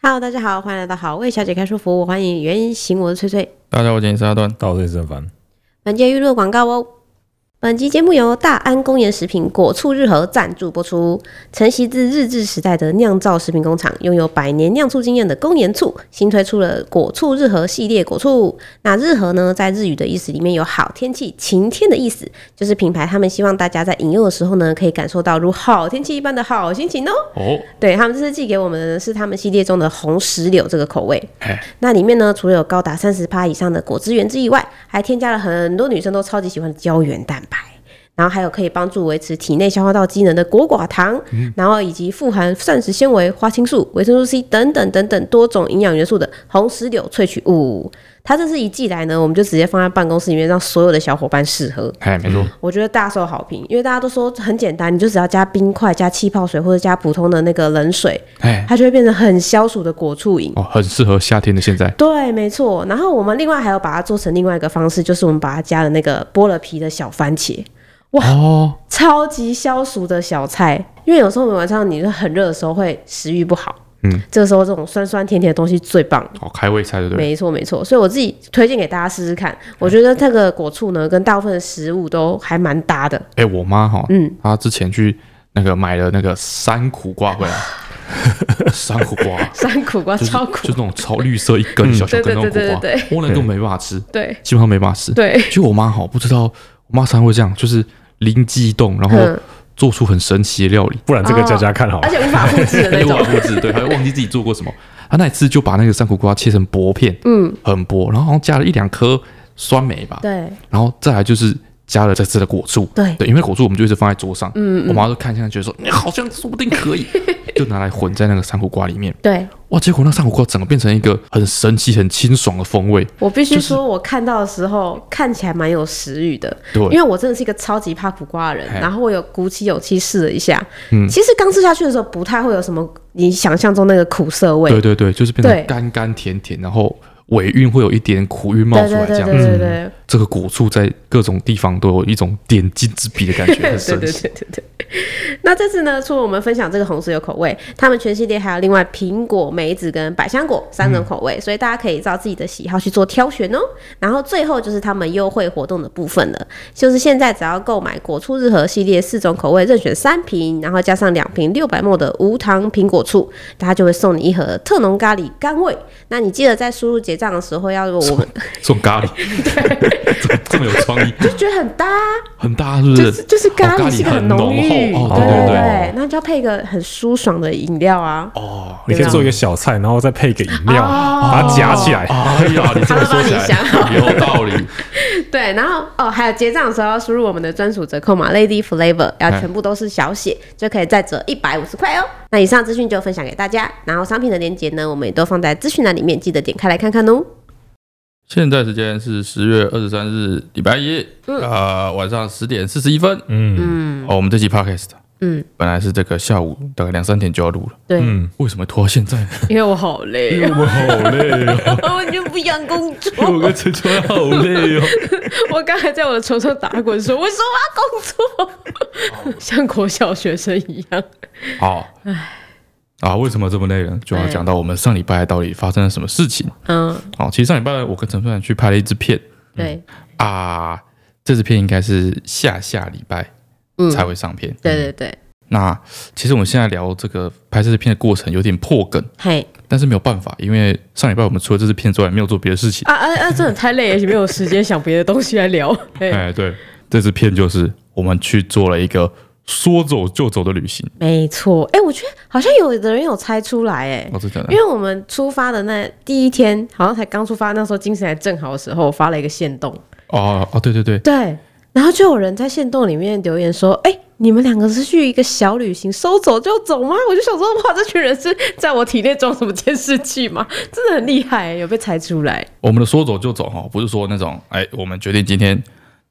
Hello，大家好，欢迎来到好味小姐开书服务，欢迎原型我是翠翠。大家好，我今天是阿段。到这是正反，本节预录广告哦。本集节目由大安公园食品果醋日和赞助播出。承袭自日治时代的酿造食品工厂，拥有百年酿醋经验的公研醋，新推出了果醋日和系列果醋。那日和呢，在日语的意思里面有好天气、晴天的意思，就是品牌他们希望大家在饮用的时候呢，可以感受到如好天气一般的好心情哦。哦，对他们这次寄给我们的是他们系列中的红石榴这个口味。那里面呢，除了有高达三十趴以上的果汁原汁以外，还添加了很多女生都超级喜欢的胶原蛋白。然后还有可以帮助维持体内消化道机能的果寡糖，然后以及富含膳食纤维、花青素、维生素 C 等等等等多种营养元素的红石榴萃取物。它这次一寄来呢，我们就直接放在办公室里面，让所有的小伙伴试喝。哎，没错，我觉得大受好评，因为大家都说很简单，你就只要加冰块、加气泡水或者加普通的那个冷水，哎，它就会变成很消暑的果醋饮。哦，很适合夏天的现在。对，没错。然后我们另外还有把它做成另外一个方式，就是我们把它加了那个剥了皮的小番茄，哦，超级消暑的小菜。因为有时候我们晚上你就很热的时候会食欲不好，嗯，这个时候这种酸酸甜甜的东西最棒。好哦开胃菜对不对？没错，没错，所以我自己推荐给大家试试看。我觉得这个果醋呢，跟大部分的食物都还蛮搭的。哎，我妈哈，嗯，她之前去那个买了那个山苦瓜回来， 山苦瓜山苦瓜就是啊超苦，就那种超绿色一根小小根那对种对对苦对对瓜，我那个没办法吃，对基本上没办法吃。对，就我妈哈，不知道我妈常会这样，就是灵机一动，然后嗯做出很神奇的料理，不然这个加加看好了而。且无法复制的那 又种把。不知对，还忘记自己做过什么。她那一次就把那个山苦瓜切成薄片，嗯，很薄，然后好像加了一两颗酸梅吧，对然后再来就是加了这次的果醋，对对，因为果醋我们就一直放在桌上，嗯，我妈就看一下，觉得说你好像说不定可以， 就拿来混在那个山苦瓜里面，对，哇，结果那山苦瓜整个变成一个很神奇、很清爽的风味，我必须说，我看到的时候看起来蛮有食欲的，对因为我真的是一个超级怕苦瓜的人，嘿嗯然后我有鼓起勇气试了一下，其实刚吃下去的时候不太会有什么你想象中那个苦涩味，对对对，就是变对成甘甘甜甜，然后尾韵会有一点苦韵冒对出来，对这对样嗯对子。对对这个果醋在各种地方都有一种点睛之笔的 感觉，很对神对奇。对对对。那这次呢，除了我们分享这个红石榴口味，他们全系列还有另外苹果、梅子跟百香果三种口味，所以大家可以照自己的喜好去做挑选哦。然后最后就是他们优惠活动的部分了，就是现在只要购买果醋日和系列四种口味，任选三瓶，然后加上两瓶六百沫的无糖苹果醋，它就会送你一盒特浓咖喱甘味。那你记得在输入结账的时候要我们 送咖喱，这么 这么有创意，就觉得很搭啊、很大是不？就是是就是咖哦喱喱是一个很浓郁，对厚哦，对对对对，那就要配一个很舒爽的饮料啊。哦，你可以做一个小菜，然后再配一个饮料，哦把它夹起来。哎 呀，你这么说起来他都帮有道理， 对，然后哦，还有结账的时候要输入我们的专属折扣码 Lady Flavor，要哎全部都是小写，就可以再折一百五十块哦。那以上资讯就分享给大家，然后商品的链接呢，我们也都放在资讯栏里面，记得点开来看看哦。现在时间是十月二十三日，礼拜一，嗯啊，晚上十点四十一分。嗯嗯哦，我们这期 podcast 嗯，本来是这个下午大概两三点就要录了，对，嗯，为什么拖到现在？ 因为我好累，我好累 哦，我完全不想工作。 我跟陈川好累 哦。 我刚才在我的床上打滚，说为什么要工作，像国小学生一样。哦，啊，为什么这么累呢？就要讲到我们上礼拜到底发生了什么事情。嗯，哦，其实上礼拜我跟陈帅去拍了一支片对，啊，这支片应该是下下礼拜嗯，才会上片。对对对，那其实我们现在聊这个拍这支片的过程有点破梗，嘿，但是没有办法，因为上礼拜我们除了这支片之外，没有做别的事情。啊啊啊！真的太累了，也没有时间想别的东西来 聊。嘿，哎，对，这支片就是我们去做了一个说走就走的旅行。没错，哎、我觉得好像有的人有猜出来、哎、哦，真的啊因，为我们出发的那第一天，好像才刚出发，那时候精神还正好的时候，我发了一个线动，哦哦，对对对，对，然后就有人在线动里面留言说，哎、你们两个是去一个小旅行，收走就走吗？我就想说，哇，这群人是在我体内装什么监视器吗？真的很厉害、有被猜出来。我们的说走就走哈，不是说那种哎，我们决定今天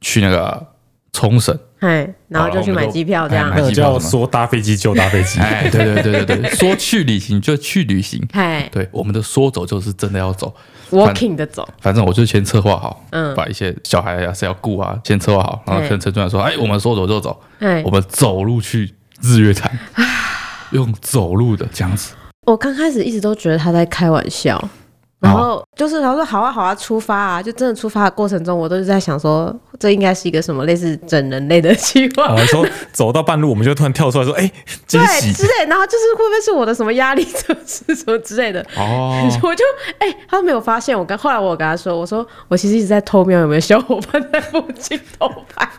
去那个冲绳，哎，然后就去买机票这样好。了那个叫说搭飞机就搭飞机，哎，对对对对对， 说去旅行就去旅行。嗨对，我们的说走就是真的要走， ，walking 的走，反正我就先策划好，嗯把一些小孩啊谁要顾啊，先策划好，然后对跟陈川说，哎，我们说走就走，哎我，们走路去日月潭，用走路的这样子。我刚开始一直都觉得他在开玩笑，然后就是他说好啊好啊出发啊，就真的出发的过程中，我都是在想说这应该是一个什么类似整人类的计划。我呃说走到半路，我们就突然跳出来说：“哎，惊对，之喜类，然后就是会不会是我的什么压力测试什么之类的，哦， 我就哎、他没有发现我跟后来我有跟他说，我说我其实一直在偷瞄有没有小伙伴在附近偷拍，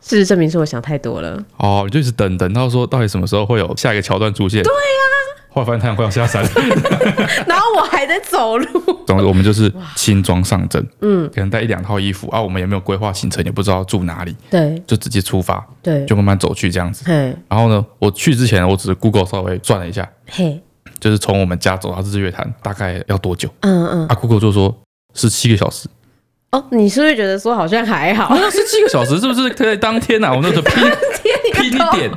事实证明是我想太多 了。哦，你就一直等等到说到底什么时候会有下一个桥段出现？对呀、啊，后来发现太阳快要下 山了，然后我还在走路，总之我们就是轻装上阵，嗯，可能带一两套衣服啊，我们也没有规划行程，也不知道住哪里，对就直接出发，对，就慢慢走去这样子。嘿然后呢，我去之前我只是 Google 稍微转了一下，嘿，就是从我们家走到日月潭大概要多久？嗯嗯，啊，Google 就说十七个小时，哦，你是不是觉得说好像还好好？像十七个小时是不是？可以当 天啊，我们那时候拼 拼一点，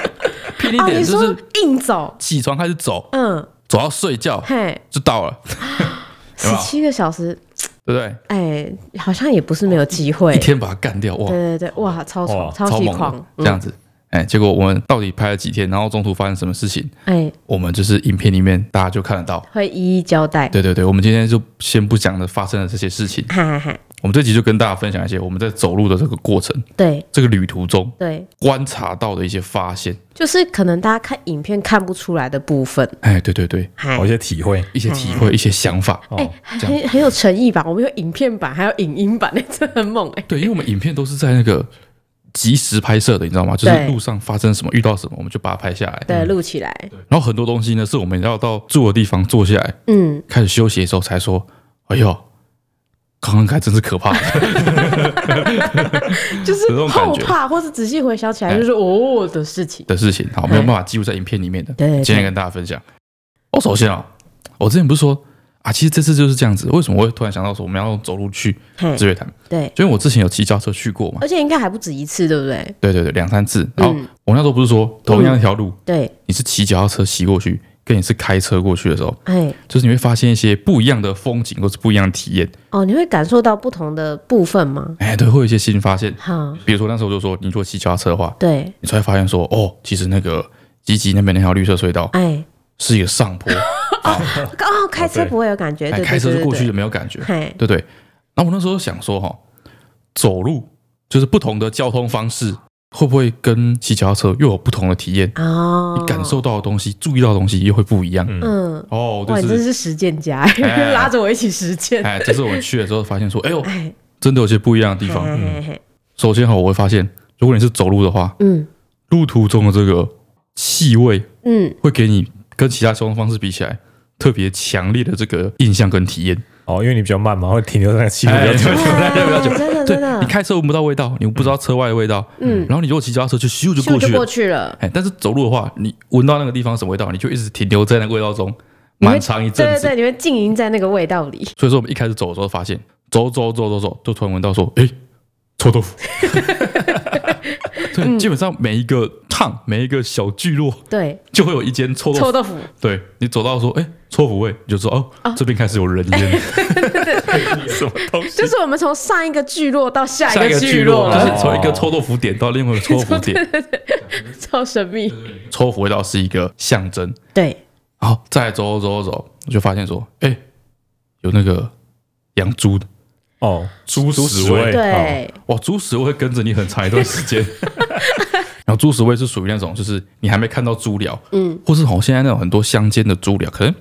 拼一哦，你点就说是硬走，起床开始走，嗯，走到睡觉嘿，就到了，有十没有七个小时，对不对？哎，好像也不是没有机会 一。天把它干掉，哇，对对对，哇，超哇超嗯超级猛狂的，，这样子。哎，结果我们到底拍了几天，然后中途发生什么事情，哎，我们就是影片里面大家就看得到。会一一交代。对对对，我们今天就先不讲了发生了这些事情，哈哈哈，我们这集就跟大家分享一些我们在走路的这个过程、对这个旅途中对，观察到的一些发现。就是可能大家看影片看不出来的部分。哎，对对对，嗨！”有一些体会。一些体会、一些想法。哦哎、很很有诚意吧？我们有影片版，还有影音版，那真的很猛哎、对，因为我们影片都是在那个即时拍摄的，你知道吗？就是对路上发生什么、遇到什么，我们就把它拍下来。对，录起来，然后很多东西呢，是我们要到住的地方坐下来嗯，开始休息的时候才说：“哎呦，刚刚还真是可怕。就是有这种感后觉怕或是仔细回想起来，哎就是哦的事情”。的事情，好，没有办法记录在影片里面的。对哎对对今天跟大家分享。哦，首先啊、我之前不是说啊，其实这次就是这样子。为什么我会突然想到说我们要用走路去嘿日，月潭？对，就因为我之前有骑脚车去过嘛。而且应该还不止一次，对不对？对对对，两三次。然后嗯我那时候不是说同样一条路，对，你是骑脚踏车骑过去，跟你是开车过去的时候，哎，就是你会发现一些不一样的风景或是不一样的体验。哦，你会感受到不同的部分吗？哎，对，会有一些新发现。哈，比如说那时候我就说，你如果骑脚踏车的话，对，你才会发现说，哦，其实那个吉吉那边那条绿色隧道哎，是一个上坡，刚好哦开车不会有感觉，哎，哎对，开对车对过去对就没有感觉，嘿，对不对？那我那时候想说，哈，走路就是不同的交通方式，会不会跟骑脚踏车又有不同的体验？哦，你感受到的东西、注意到的东西又会不一样。嗯，哦，哇，你就真是。是实践家，哎拉着我一起实践，哎，这是我们去的时候发现说，哎 呦，哎，真的有些不一样的地方。嗯嘿嘿嘿首先哈，我会发现，如果你是走路的话，哎嗯路途中的这个气味嗯，会给你跟其他交通方式比起来特别强烈的这个印象跟体验。哦，因为你比较慢嘛，会停留在那个气氛哎比较久。 哎真的对真的你，开车闻不到味道，你不知道车外的味道，嗯，然后你如果骑脚踏车就咻就咻过就去过了。去了。哎，但是走路的话，你闻到那个地方什么味道，你就一直停留在那个味道中，你会蛮长一阵对子对。对，你会浸淫在那个味道里。所以说我们一开始走的时候发现，走走走走走，就突然闻到说，哎、臭豆腐。 嗯对，基本上每一个趟、每一个小聚落，对，就会有一间臭豆腐。臭豆腐，对你走到说，哎、臭豆腐味，你就说，哦，这边开始有人烟。什么东西？就是我们从上一个聚落到哎下下一一个个聚聚落落就了， 是从一个臭豆腐点到另外一个臭豆腐点，嗯超神秘。臭豆腐味道是一个象征。对，然后再走走走走，我就发现说，哎、有那个养猪的，哦，猪猪屎屎味味，对，哇，猪屎味会跟着你很长一段时 间。然后猪屎味是属于那种，就是你还没看到猪寮，嗯，或是好像现在那种很多乡间的猪寮，可能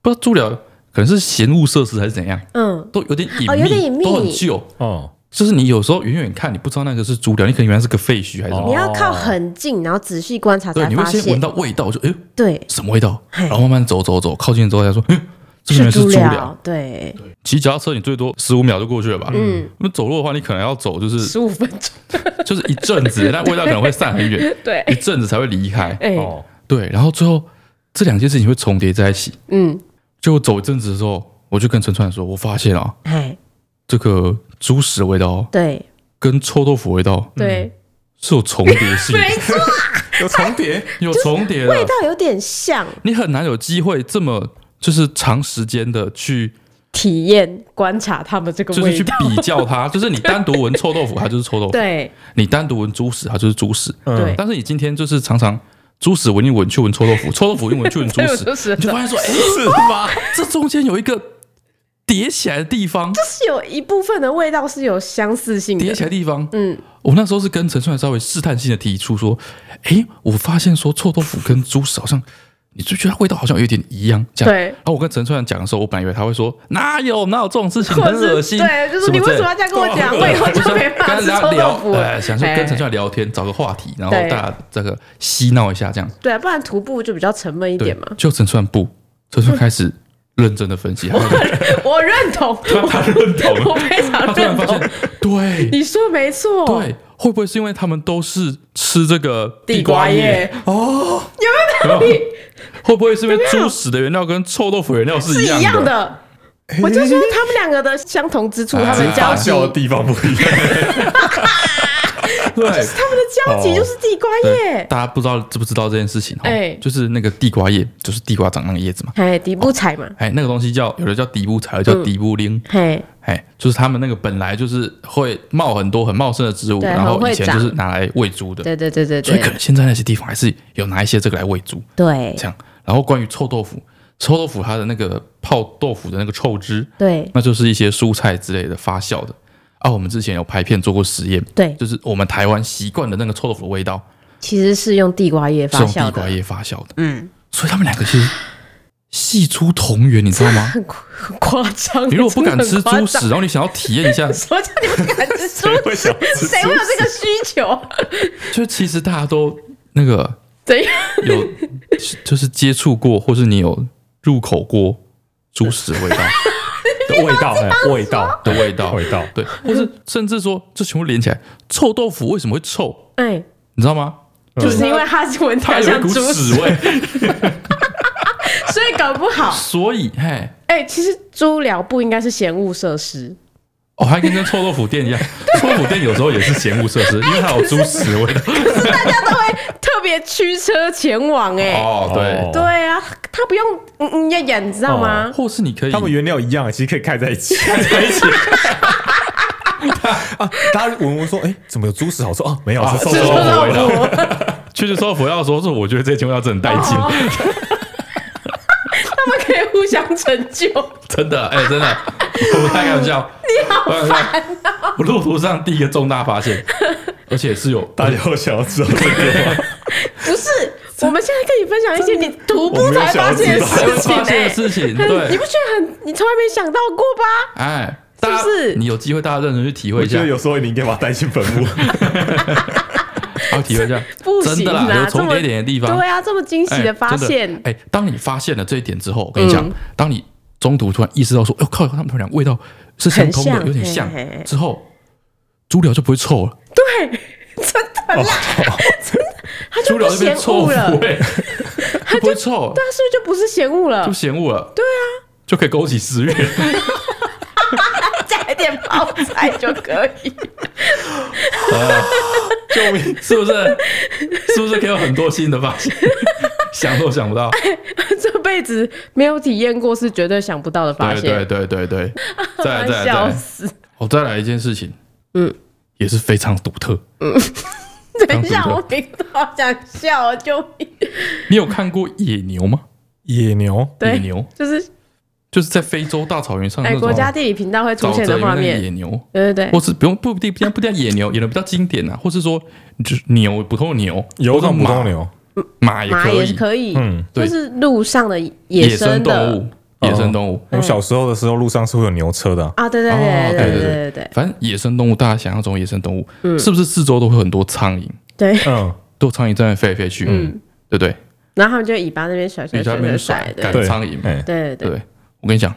不知道猪寮可能是闲物设施还是怎样，嗯，都有点隐秘，哦有点隐秘都很旧。哦，就是你有时候远远看，你不知道那个是猪寮，你可能原来是个废墟还哦是什么，你要靠很近，然后仔细观察对，哦才你会发先闻现。到味道，就哎呦对，什么味道，嘿然后慢慢走走走，靠近之后才说，嗯哎，这原来是猪猪料寮。，对，骑脚踏车你最多十五秒就过去了吧？嗯，那么走路的话，你可能要走就是 十五分钟，就是一阵子，那味道可能会散很远。 对一，阵子才会离 开。哎，哦，对，然后最后这两件事情会重叠在一起。嗯，就走一阵子的时候，我就跟陈川说，我发现啊，哎，这个猪屎的味道对跟臭豆腐味道嗯嗯对，是有重叠性的，没错，有重叠，有重叠味的。道有点像，你很难有机会这么就是长时间的去，体验观察他们这个就是味去道。比较它，就是你单独闻臭 豆腐，它就是臭豆 腐；对啊你单独闻猪屎，它就是猪屎。对但是你今天就是常常猪屎闻一闻，去闻臭豆 腐；臭豆腐一闻，去闻猪再闻屎猪屎，你就发现说，哎，是吧？这中间有一个叠起来的地方，是有一部分的味道是有相似性叠起的。来的地方，嗯，我那时候是跟陈帅稍微试探性的提出说，诶，我发现说臭豆腐跟猪屎好像，你就觉得它味道好像有点一样，这样。对然后我跟陈帅讲的时候，我本来以为他会说哪有哪有这种事 情，或很者恶是心，对，就是你什么为之类什的么要这样跟我讲？ 对我以后就没办法跟吃大家臭聊豆腐，了哎，。想说跟陈哎帅聊天，找个话题，然后对大家这个嬉闹一下，这样。对啊，不然徒步就比较沉闷一对点嘛。就陈帅不，陈帅开始认真的分析，他就 我认同，他认同 我了，非他常突然认发同现，，对，你说没错。对，会不会是因为他们都是吃这个地瓜叶？哦？有没有道理？会不会是因为猪屎的原料跟臭豆腐原料是是一样一样？的。我就说他们两个的相同之处，啊他们交发集，酵的地方不一样。他对。们的交哦集就是地瓜对叶。大家不知道知不知道这件事情？哎哎，就是那个地瓜叶，就是地瓜长那个叶子嘛。哎，底部踩嘛，哎，那个东西叫有的叫底部材，有的叫嗯底部拎。嘿，哎，就是他们那个本来就是会冒很多很茂盛的植物，对然很后会以前长就是拿来喂猪的，对对对对所以可对能现在那些地方还是有拿一些这个来喂猪。对这样。然后关于臭豆腐，臭豆腐它的那个泡豆腐的那个臭汁，对那就是一些蔬菜之类的发酵的。啊，我们之前有拍片做过实验，对，就是我们台湾习惯的那个臭豆腐的味道其实是用地瓜叶是发用酵地瓜的，叶发酵的，嗯，所以他们两个其实系出同源，你知道 吗？很夸很夸张。你如果不敢吃猪真，屎，啊然后你想要体验一下 的很夸张，什么叫你们不敢吃 谁猪会屎想吃？谁会有这个需求？就其实大家都那个怎样？有，就是接触过，或是你有入口过猪屎的味道 味道，哎味道，的味道，味道，对，或是甚至说这全部连起来，臭豆腐为什么会臭？哎，你知道吗？就是因为它闻起嗯它来有一像股猪屎屎，味，所以搞不好。所以嘿，哎，其实猪疗不应该是嫌恶设施，哦，还跟跟臭豆腐店一样，臭豆腐店有时候也是嫌恶设施，因为它有猪屎的味道。大家都会哎特别驱车前往、哎、哦，对，哦对啊，他不用嗯嗯要演，你知道吗？或是你可以，他们原料一样，其实可以开在一起，开在一起。啊！大家闻闻说，哎，怎么有猪屎好吃？哦，没有，啊是臭吃豆臭腐豆味道。腐，哦确实臭豆腐要说是，我觉得这间味道真的很带哦劲， 他们可以互相成就。真的，哎，真的，我不太开玩笑，你好烦哦我路途上第一个重大发现， 而且是有大家有想要知道这个吗？不是，我们现在跟你分享一些你徒步我没有才想发要现的知事情、才会 发道现哎的事很情，对你不，觉得很你从来没想到过吧？哎，大家是不是你有机会大家认真去体会我一下觉得，有时候你应该把它带进坟墓。好啊体会一下，不真行的啦，啦，有这重么叠点的地方，对啊，这么惊喜哎的发现，真的哎、当你发现了这一点之后，我跟你讲，嗯当你中途突然意识到说，哎呦靠，他们俩味道是相通很的，像有点像嘿嘿嘿，之后猪疗就不会臭了，对，真的啦，真的，他就不哦猪疗就嫌变臭恶了，腐味，它哎不会臭， 他是不是就不是嫌恶了就？嫌恶了，对啊，就可以勾起食欲。 加一点泡菜就可以。救命！是不是？是不是可以有很多新的 发现？想都想不到，哎这辈子没有体验过，是绝对想不到的发对现，对对对对， 再来再来再笑来，死！我再来一件事情，嗯，也是非常独特。 等一下，我听到想笑啊，救命！你有看过野牛吗？ 野牛，野对，牛就是就是在非洲大草原上那哎，种国家地理频道会出沼现泽的里画面的面，野牛，对对或对，是不用不不不不叫野牛，野牛比较经典啊，或是说就是牛普通的牛，有或种是普马通，牛，马也马可也是以，可以，嗯，就对是路上的野哦生动的物，野生动物。我小时候的时候，路上是会有牛车的啊，啊，对对哦对对对对对对对反正野生动物，大家想象中的野生动物，是不是四周都会有很多苍蝇？对，嗯，都有苍蝇在那飞来飞去，嗯，对不对？然后他们就尾巴那边甩甩你在甩那边甩甩甩，赶对对苍蝇嘛，哎对对对对，不对？我跟你讲，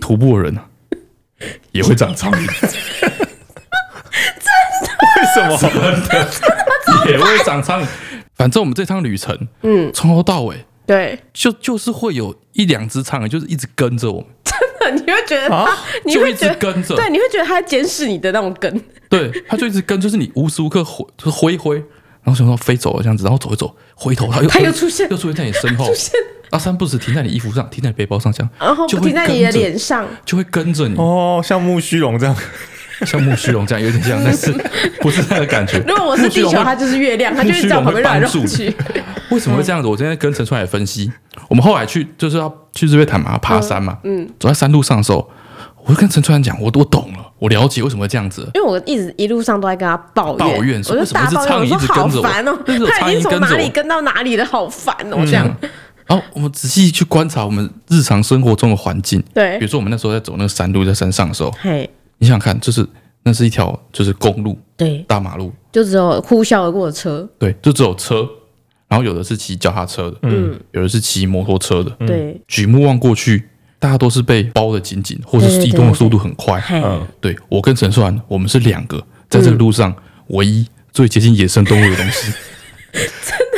徒步的人啊， 也会长苍蝇。为什么？ 也会长苍蝇。反正我们这趟旅程，嗯，从头到尾对，就就是会有一两只苍蝇，就是一直跟着我们，你会觉得它，你啊就会一觉直得跟着，对，你会觉得它在监视你的那种根，对，它就一直跟，就是你无时无刻挥，就是挥一挥，然后想说飞走了这样子，然后走一走，回头它又它又出现又出现在你身后， 啊，三不时停在你衣服上，停在你背包上，这样，然后就会哦停在你的跟着脸上，哦就会跟着你。哦，像木须龙这样，像木须龙这样，有点像，但是不是那个感觉。如果我是地木 须球，龙会它就是月亮，它就会在我旁边绕来绕 去。为什么会这嗯样子？我今天跟陈川也分析，我们后来去就是要去日月潭嘛，爬山嘛，嗯，走在山路上的时候，我就跟陈川讲，我我懂了，我了解为什么会这样子了。因为我一直一路上都在跟他抱怨，抱怨说我为就什么大是抱苍怨，我说蝇一直好跟着我烦哦，为什么他已经苍蝇从跟着哪我嗯里跟到哪里了，好烦哦，这样。然后我们仔细去观察我们日常生活中的环境，对比如说我们那时候在走那个山路，在山上的时候，嘿，你想想看，就是那是一条就是公路对，大马路，就只有呼啸而过的车，对，就只有车，然后有的是骑脚踏车的，嗯，有的是骑摩托车的，对，举目望过去，大家都是被包得紧紧，或者是移动的速度很快。嘿，嗯，对我跟陈帅，我们是两个在嗯这个路上唯一最接近野生动物的东 西，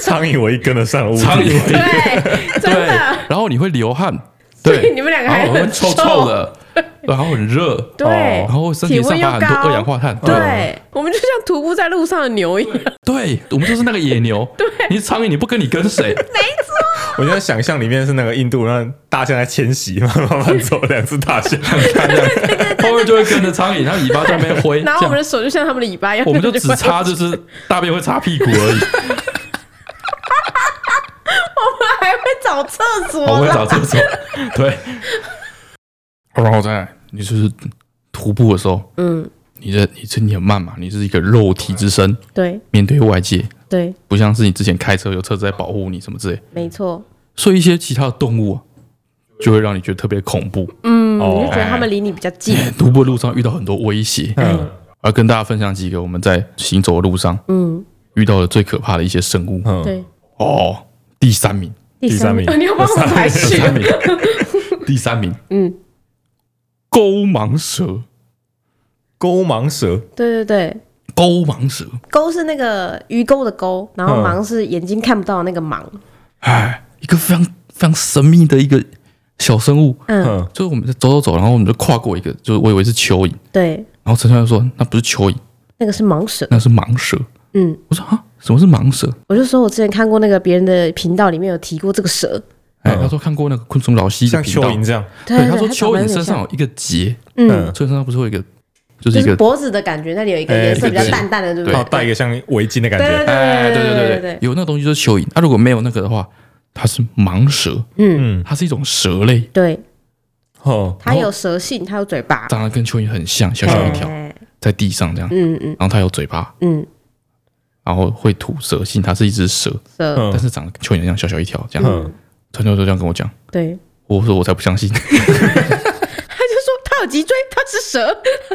苍蝇我一跟得上屋顶，苍蝇。对，真对哦的，，然后你会流汗， 所以对，你们两个然还后会很臭臭臭的，然后很热，对哦然后身体上发很多体温又高二氧化碳，嗯对，我们就像徒步在路上的牛一样，对，我们就是那个野 牛，对，你是苍蝇，你不跟你跟谁？我现在想象里面是那个印度那大象在迁徙，慢慢慢慢走，两只大 象，后面就会跟着苍蝇，然后尾巴在那边挥， 然后这我们的样手就像他们的尾巴一样，我们就 会只差就是大便会擦屁股而已，我们还会找厕所哦我会啦，找厕所，对， 然后再来，你就是徒步的时候，嗯，你的你身体很慢嘛，你是一个肉体之身，对面对外界，对，不像是你之前开车有车子在保护你什么之类，没错，所以一些其他的动物、啊、就会让你觉得特别恐怖。嗯，我就觉得哎他们离你比较近，徒步路上遇到很多威胁，嗯，而跟大家分享几个我们在行走的路上嗯，遇到的最可怕的一些生物。嗯，对， 哦，第三名，第三名你要帮我排序第， 三名，第三名，嗯，钩盲蛇，钩盲蛇，对对对。钩盲蛇，钩是那个鱼钩的钩，然后盲是眼睛看不到的那个盲。哎，一个非常非常神秘的一个小生物。嗯，嗯，就是我们在走走走，然后我们就跨过一个，就是我以为是蚯蚓，对，然后陈川就说那不是蚯蚓，那个是盲蛇。那是盲蛇。嗯，我说啊，什么是盲蛇？我就说我之前看过那个别人的频道里面有提过这个蛇。哎，嗯他说看过那个昆虫老西的像频道蚯，蚓这样，对他说它蚯长得有蚓点身上像有一个结，嗯，嗯，蚯蚓身上不是会有一个，就是就一是个脖子的感觉，那里有一个哎颜色比较对对哦淡淡的，对不然对后？戴一个像围巾的感对觉对，哎，对对对对对对，有那个东西就是蚯蚓。它、如果没有那个的话，它是盲蛇，嗯，它是一种蛇类，对，哦，它有蛇性，它有嘴巴，长得跟蚯蚓很像，小小一条，哎在地上这样，嗯嗯然后它有嘴巴，嗯，然后会吐蛇信，它是一只蛇，蛇，但是长得跟蚯蚓一样，小小一条这样。嗯，川川就这样跟我讲，对。 我说我才不相信，他就说他有脊椎，他是蛇，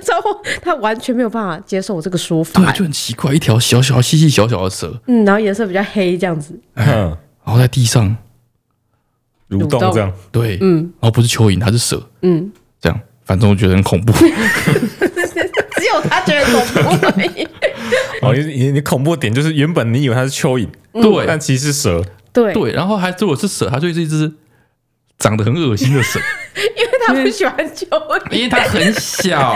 然后他完全没有办法接受我这个说法对，，就很奇怪，一条小小细细小小的蛇，嗯，然后颜色比较黑这样子，嗯，然后在地上，蠕动这样，对，嗯，然后不是蚯蚓，它是蛇，嗯，这样，反正我觉得很恐 怖。只有他觉得恐怖而已。哦，你你你恐怖的点就是原本你以为它是蚯蚓，嗯对但其实是蛇， 对，对，然后还如果是蛇，它就是一只长得很恶心的蛇，因为他不喜欢蚯蚓，因为它很小，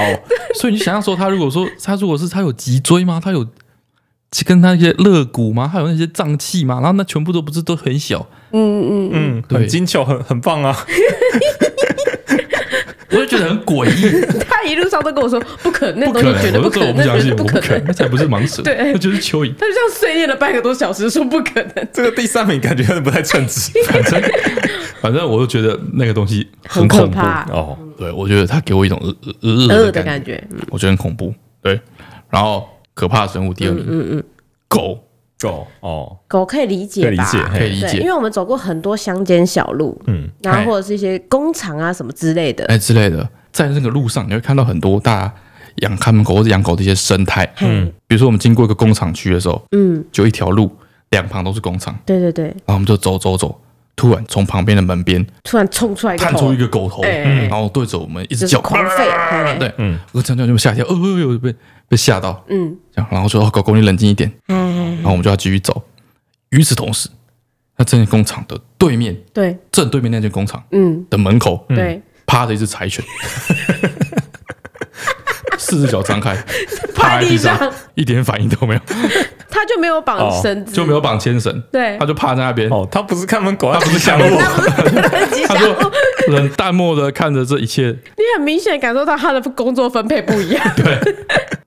所以你想象说，它如果说它如果是它有脊椎吗？它有跟它一些肋骨吗？它有那些脏器吗？然后那全部都不是都很小，嗯，对很精巧，很很棒啊， 我就觉得很诡异，他一路上都跟我说不可能，那不东可西能，绝对我不就可能，那说我不相绝信，对我不不可可能，能。那才不是盲蛇，对那就是蚯蚓。他就这样碎念了半个多小时，说不可能，这个第三名感觉有点不太称职，反正反正我就觉得那个东西很可恐怖，怕， 哦，对我觉得它给我一种恶恶恶恶恶的感感觉。嗯我觉得很恐怖。对，然后可怕的生物第二名，嗯嗯，狗。狗，哦，狗可以理解可吧？以理解，可以理嘿解对，因为我们走过很多乡间小路，嗯，然后或者是一些工厂啊什么之类的，哎之类的，在那个路上你会看到很多大家养看门狗或者养狗的一些生态。嗯，比如说我们经过一个工厂区的时候，嗯，就一条路两旁都是工厂，对对对，然后我们就走走走，突然从旁边的门边突然冲出来一个探出头一，个狗头，哎然后对着我们一直就是叫，狂吠，哎对，嗯，我这样就吓一跳，哦呦呦，被被吓到，嗯，这样，然后说哦狗狗你冷静一点，哎哎，然后我们就要继续走。与此同时，那这间工厂的对面，对，正对面那间工厂嗯，的门口，对，趴着一只柴犬， 四只脚张 开，趴趴在地地上上，一点反应都没有，他就没有绑绳子，就没有绑牵绳，对哦他就趴在那边，哦，他不是看门狗，他不是想那我，不是 他的吉他祥就物。 很淡漠的看着这一切，你很明显感受到他的工作分配不一样。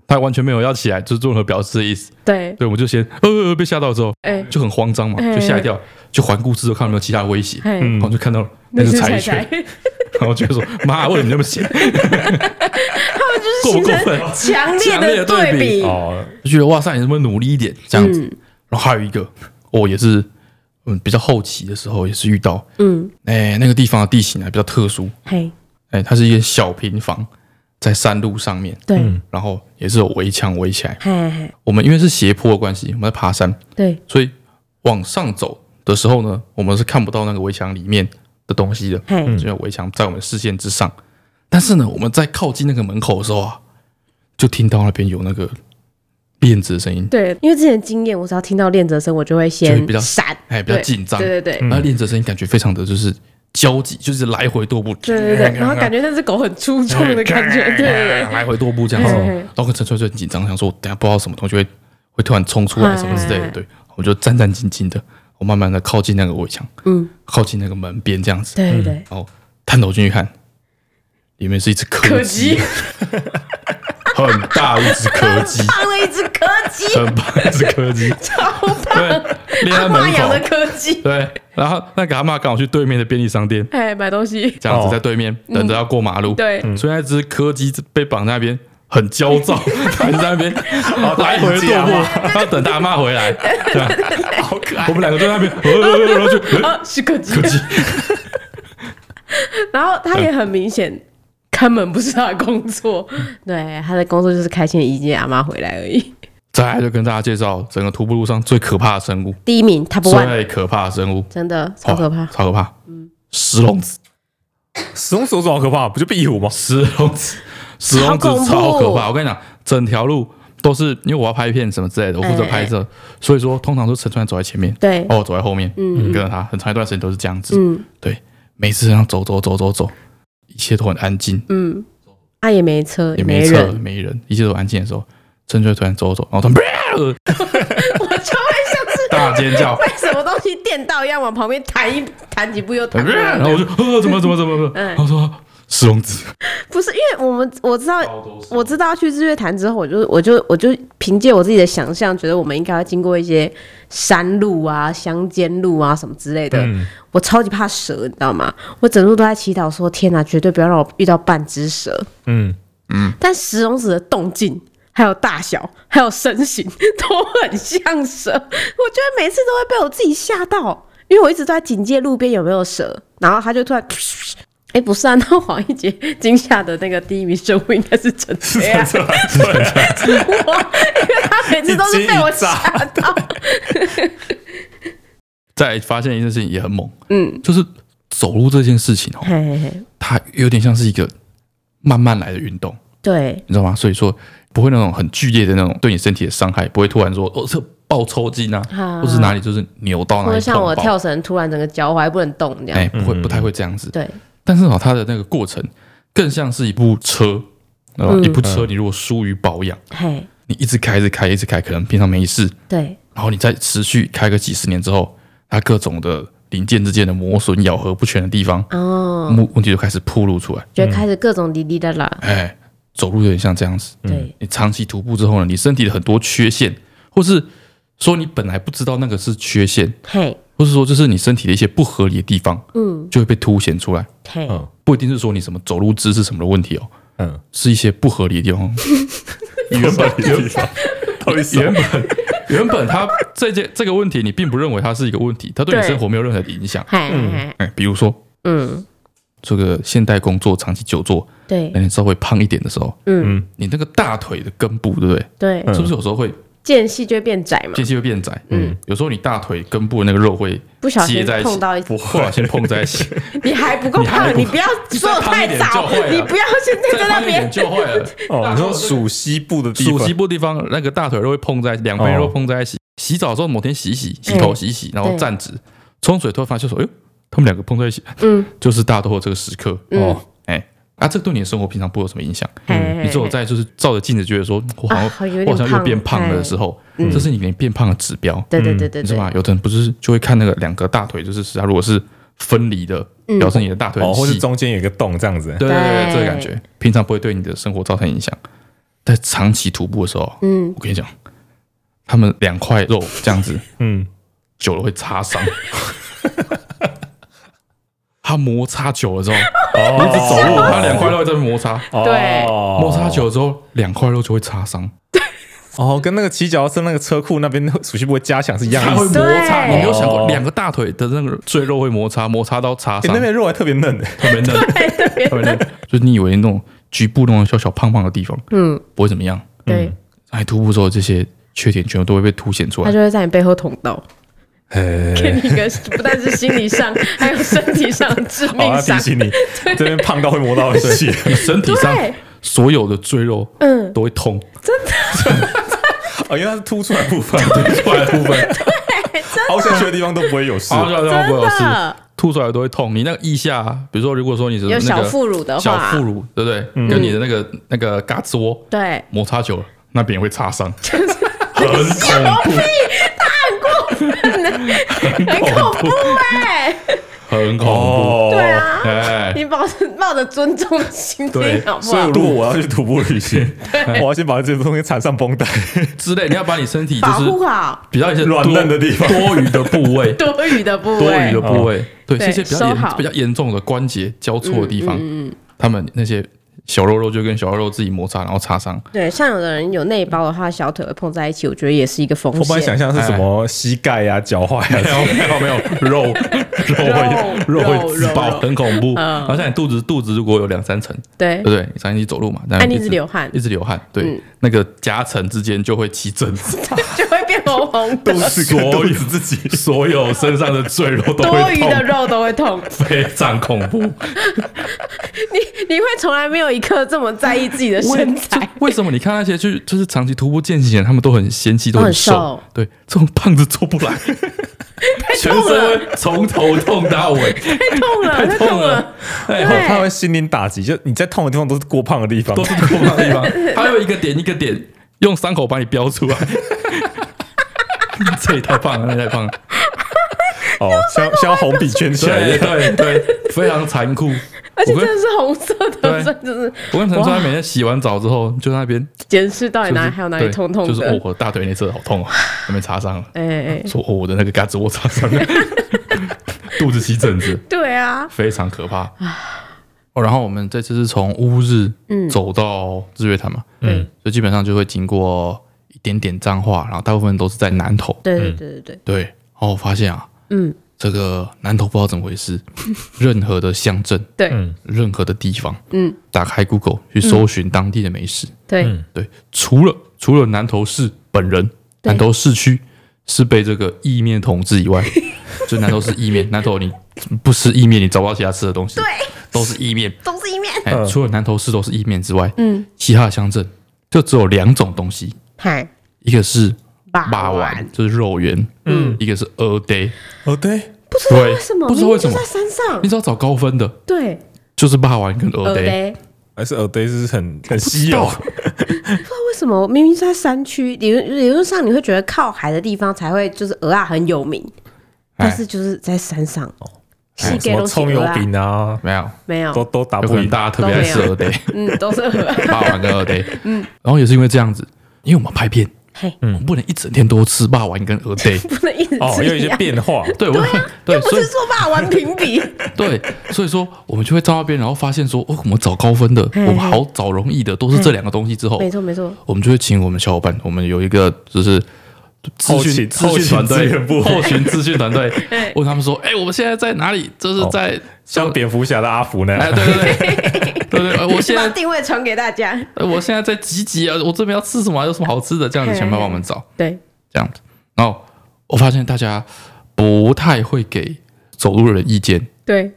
他完全没有要起来，就是做任何表示的意思。 对，对，我们就先呃呃被吓到之后，哎就很慌张嘛，哎就吓一跳，就环顾四周看有没有其他威胁，哎然后就看到嗯那只是柴柴犬，，然后觉得说妈，为什么那么邪？他们就是过不形过成分？强烈强烈的的对对比。 哦，就觉得哇塞，你能不能努力一点这样子？然后还有一个，我也是，嗯，比较后期的时候也是遇到，嗯，哎、那个地方的地形还比较特殊，嘿，哎、它是一个小平房，在山路上面，对，然后也是有围墙围起来。嘿嘿，我们因为是斜坡的关系，我们在爬山，对，所以往上走的时候呢，我们是看不到那个围墙里面的东西的，嘿，就有围墙在我们视线之上。但是呢，我们在靠近那个门口的时候啊，就听到那边有那个链子的声音，对，因为之前的经验，我只要听到练者声，我就会就先会比较闪，哎，比较对紧张。嗯对对对。那练子的声音感觉非常的就是焦急，就是来回踱步，对对对，然后感觉那只狗很粗壮的感觉，对对来回踱步这样子嘿嘿嘿。然后跟陈翠翠很紧张，想说我等下不知道什么东西会会突然冲出来什么之类哎的。对，我就战战兢兢的，我慢慢的靠近那个围墙，嗯，靠近那个门边这样子，对对对，然后探头进去看，里面是一只柯柯基基，很大一只柯 基，放了一只柯基，很大一只柯基， 超对，练在阿妈门养的口。柯 基，对，然后那个阿妈刚好去对面的便利商店，哎，买东 西，这样子哦嗯在对面、等着要过马路，嗯对，所以那只柯基被绑在那边。很焦 躁，还在那边来回打踱麻步，然后等大妈 回来，这样好可爱我，们两个在那边，呃呃呃然后就呃啊，是柯基柯，基，嗯然后他也很明显，根本不是他的工作， 对，他的工作就是开心地迎接阿妈回来而已。再来就跟大家介绍整个徒步路上最可怕的生物，第一名 Top One，最可怕的生物，真的超可怕嗯哇，超可怕，石龙子，石龙手爪好可怕，不就壁虎吗？石龙子，石龙子超恐怖超可怕。我跟你讲，整条路都是因为我要拍片什么之类的，我负责哎拍摄，所以说通常都陈川走在前面，对，哦，我走在后面，嗯跟着他，很长一段时间都是这样子。嗯对，每次这样走走走走走，一切都很安静，嗯，啊也没车，也没没车， 人，没人，一切都很安静的时候，陈川突然走走，然后他我就会像是大尖叫， 被什么东西电到一样，往旁边弹一弹几步又弹回来 然后我就呃怎么怎么怎么怎么，嗯然后说石龙子，不是因为我们我知道我知道去日月潭之后，我就我就我就凭借我自己的想象，觉得我们应该要经过一些山路啊、乡间路啊什么之类的。嗯我超级怕蛇，你知道吗？我整路都在祈祷说：天哪、绝对不要让我遇到半只蛇。嗯，但石龙子的动静。还有大小，还有身形 都很像蛇，我觉得每次都会被我自己吓到，因为我一直都在警戒路边有没有蛇，然后他就突然， 哎、不是啊，那黄一杰惊吓的那个第一名生物应该是陈飞啊，对 啊，我， 因为他每次都是被我吓到，再发现一件事情也很猛，嗯，就是走路这件事情哦，嘿嘿嘿，它有点像是一个慢慢来的运动，对，你知道吗？所以说不会那种很剧烈的那种对你身体的伤害，不会突然说哦这爆抽筋啊，啊或是哪里就是扭到或哪者里像痛我爆跳绳突然整个脚踝不能动这样，哎，不会不太会这样子。对，但是哦，它的那个过程更像是一部车，对吧嗯一部车你如果疏于保养，嘿，你一直开一直开一直开，可能平常没事，对，然后你再持续开个几十年之后，它各种的零件之间的磨损、咬合不全的地方，哦，问问题就开始暴露出来。就开始各种滴滴答答，哎，走路有点像这样子。对，你长期徒步之后呢，你身体的很多缺陷，或是说你本来不知道那个是缺陷，嘿，或是说就是你身体的一些不合理的地方，嗯，就会被凸显出来。嘿，嗯不一定是说你什么走路姿势什么的问题哦，嗯，是一些不合理的地方。原本地方到底是原本 原本它这件这个问题，你并不认为它是一个问题，它对你对生活没有任何的影响。嘿，嘿，哎，比如说嗯，这个现代工作长期久坐，对那，你稍微胖一点的时候，嗯你那个大腿的根部，对不对？对，是不是有时候会间隙就会变窄嘛，间隙会变窄？嗯，有时候你大腿根部的那个肉会不小心接在一起碰到一起不会不小心碰在一起，你还不够你还胖，不你不要说得太你再胖早一点就会，了你不要现在在再那胖一边，点就会了。哦，你说属西部的地属方，膝部地方那个大腿肉会碰在一起，两哦边肉碰在一起。洗澡的时候某天洗一洗，洗嗯头洗一洗，然后对站直冲水，突然发现说，哎呦，他们两个碰在一起，嗯，就是大家都有这个时刻嗯哦，哎，啊，这对你的生活平常不会有什么影响。嗯你只有在就是照着镜子觉得说，我好啊好有像点我好像又胖变胖了哎的时候，这是你连变胖的指标。对对对对嗯你知对道，吗？有的人不是就会看那个两个大腿，就是是它如果是分离的，嗯表示你的大腿哦，很或是细，中间有一个洞这样子，对对对，对对这个感觉，平常不会对你的生活造成影响。在长期徒步的时候，嗯，我跟你讲，他们两块肉这样子嗯，久了会擦伤， 它摩擦久了之后，哦，一直走路它两块肉在那边摩擦，嗯对摩擦久了之后，两块肉就会擦伤，哦，跟那个骑脚踏车那个车库那边暑期部会加强是一样它的会意思。摩擦。对你有没有想过哦两个大腿的那个赘肉会摩擦，摩擦到擦欸、伤那？边肉还特别嫩的，特别嫩， 特别嫩，就是你以为那种局部那种小小胖胖的地方，嗯，不会怎么样。对，哎，徒步之后这些缺点全部都会被凸显出他来。就会在你背后捅刀，哎，给你一个不但是心理上，还有身体上的致好，命要哦哦提伤。 醒你，这边胖到会磨到一起。你身体上对所有的赘肉，嗯，都会痛，哦，因为它是凸出来的部分， 凸出来的啊部分，凹下去的地方都不会有事。啊，对啊，不好真是的吐出来都会痛。你那个腋下啊，比如说如果说你是有那个小副乳的话嗯小副乳对不对？跟你的那个那个嘎吱窝对，摩擦久了，那边也会擦伤，很恐怖，很 恐怖哦哎、很恐怖。哦，对啊，哎，你抱着抱着尊重的心对情好不所以好？如果我要去徒步旅行，我要先把这些东西缠上绷带，之类，你要把你身体就保是护好比较一些软多嫩的地方多余的 部位，多余的部多位余的，部位，对对这些比较收严好嗯比较严重的关节交错的地方，他们那些小肉肉就跟小肉肉自己摩擦，然后擦伤。对，像有的人有内包的话，小腿会碰在一起，我觉得也是一个风我本来想险。象是什么膝盖呀、脚踝哎啊没呀，有没有没有 肉肉会肉肉会自肉爆，肉嗯很恐怖。然后像你肚子肚子如果有两三层，对对不，对？你长期走路嘛，但哎你一直流汗一直流汗，对，那个夹层之间就会起疹子，就会变红红的肚，子 跟肚子自己。所有身上的赘肉都多会余痛，的肉都会痛。非常恐怖。你会从来没有一刻这么在意自己的为身 就材，为什么你看那些去就是长期徒步健行的人，他们都很纤细，都很很瘦瘦？对，这种胖子做不来，全身会从头痛到尾，太痛了，太痛痛了。了，哎，对他会心灵打击，就你在痛的地方都是过胖的地方都，是痛到地方，还有一个点一个点，用伤口把你标出来。这也太棒了，那也太棒了，哦，像像红笔圈起来一对对样。对，非常残酷。而且哎我真跟的是红色的，对所以就是我跟陈川每天洗完澡之后，就在那边，检视到底就是哪里还有哪里对痛痛就是哦的，。我大腿内侧好痛哦，那边擦伤了。哎哎，哎说哦，我的那个嘎吱窝擦伤 了，肚子起疹子，对啊，非常可怕。哦，然后我们这次是从乌日走到日月潭嘛，嗯，所以基本上就会经过一点点彰化，然后大部分都是在南投。对对对对对，对，然后我发现啊，嗯，这个南投不知道怎么 回事，任何的乡镇，对任何的地方，嗯，打开 Google 去搜寻当地的美食，对对，除了除了南投市本人，对南投市区是被这个意面统治 以外，就南投是意面，南投你不吃意面，你找不到其他吃的东西，对，都是意面。都是一面。哎，除了南投市都是意面之外，嗯，其他的乡镇就只有两种东西，嗨，一个是霸霸王丸，就是肉圆，嗯，一个是鹅呆，哦，对，不知道对为什么，不知道为什明明么就在山上你，只要找高分的，对，就是霸丸跟鹅哦耳呆。雷，还是耳堆是很很稀有不知不知道为什么明明是在山区，理论理论上你会觉得靠海的地方才会就是鹅啊很有名，但是就是在山上哦，是哎什给么都是葱油蚵仔饼啊，没有，没有，都都打有可不赢能。大家特别爱吃鹅呆，嗯，都是鹅啊， 霸丸跟鹅呆。嗯，然后也是因为这样子，因为我们拍片， 嘿，我们不能一整天都吃霸王跟鹅腿。不能一直嗯哦，吃有一一些样。变化，对，我对，啊不所以是说霸王评 比，对，所以说我们就会到那边，然后发现说，哦，我们找高分的，我们好找容易的，都是这两个东西之后，嗯没错没错，我们就会请我们小伙伴，我们有一个就是资后讯勤资后讯勤团资队源 部，后勤资讯团队问他们说，哎，我们现在在哪里？这是哦在像蝙蝠侠的阿福呢，哎，对对对对对，呃我现把在定位传给大家。呃我现在在集集啊，我这边要吃什么，有什么好吃的，这样子全部帮我们找。对，这样子。然后我发现大家不太会给走路的人意见，对，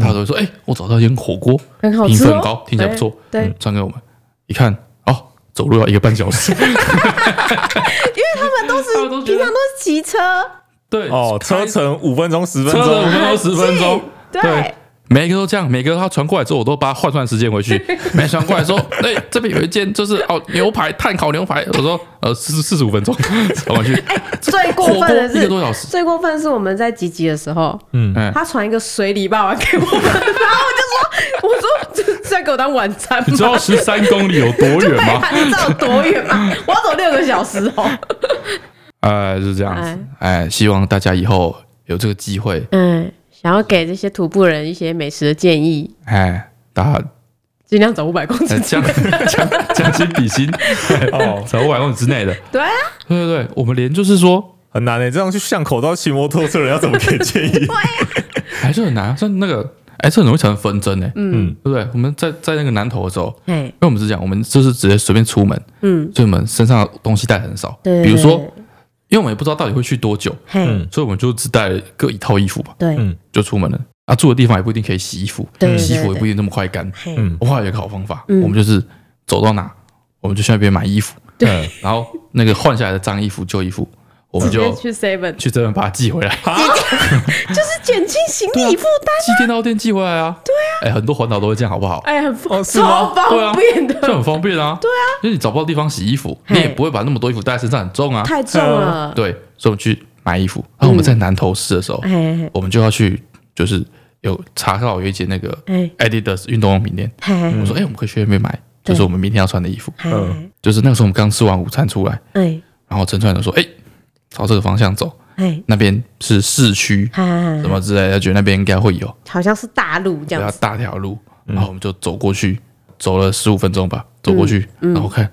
他都会说：“哎、我找到一间火锅，嗯很好评吃哦分很高，听起来不错，对对嗯传给我们。”一看，哦，走路要一个半小时， 他们都是他们都觉平得常都是骑车，对，哦，开车程五分钟十分车程五钟，分钟十分钟对，对每一个都这样，每个他传过来之后，我都把它换算时间回去。每传过来说，哎、这边有一间就是哦牛排炭烤牛排，我说呃四四十五分钟，传回去，哎最过分的火锅一是个多小时最过分的是我们在集集的时候，嗯他传一个水里霸王给我们，然后我就说， 我说这是在给我当晚餐吗？你知道十三公里有多远对吗？啊你知道有多远吗？我要走六个小时哦。呃，是这样子， 哎，希望大家以后有这个机会，嗯，想要给这些徒步人一些美食的建议，哎，大家尽量走五百公哎尺。将 将将心比心，哦，在五百公里之内 的，对啊，对对对，我们连就是说很难诶、欸这样去巷口都要骑摩托车的人要怎么给建议？还是很难，像那个哎，这很容易产生纷争哎，嗯，对不对？我们在在那个南头的时候，哎因，为我们是这样，我们就是直接随便出门，嗯，所以我们身上的东西带很少，对，比如说，因为我们也不知道到底会去多久，嘿，嗯所以我们就只带了各一套衣服吧，对嗯就出门了。啊，住的地方也不一定可以洗衣服，对洗衣对服也对不一定那么快干。嘿，嗯我后来有一个好方法，嗯我们就是走到哪，我们就去那边买衣服，对，然后那个换下来的脏衣服、旧衣服，我们直接就嗯去 Seven，去这边把它寄回来，就是减轻行对啊李负担，寄电到店寄回来啊。对啊，哎，很多环岛都会这样，好不好？ 哎，很哦是吗超方啊便这的，很方便啊。对啊，因为你找不到地方洗衣服，嘿你也不会把那么多衣服带在身上，很重啊。太重了。对，所以我们去买衣服。然后我们在南投市的时候，嘿我们就要去，就是有查到有一间那个嘿 Adidas 运动用品店，嘿我说哎、我们可以去那边买，对就是我们明天要穿的衣服。嘿就是那个时候我们刚吃完午餐出来，哎然后陈川就说哎、朝这个方向走，哎那边是市区哎什，么之类的，觉得那边应该会有，好像是大陆这比样较子，啊大条路，然后我们就走过去，走了十五分钟吧，走过去，然后看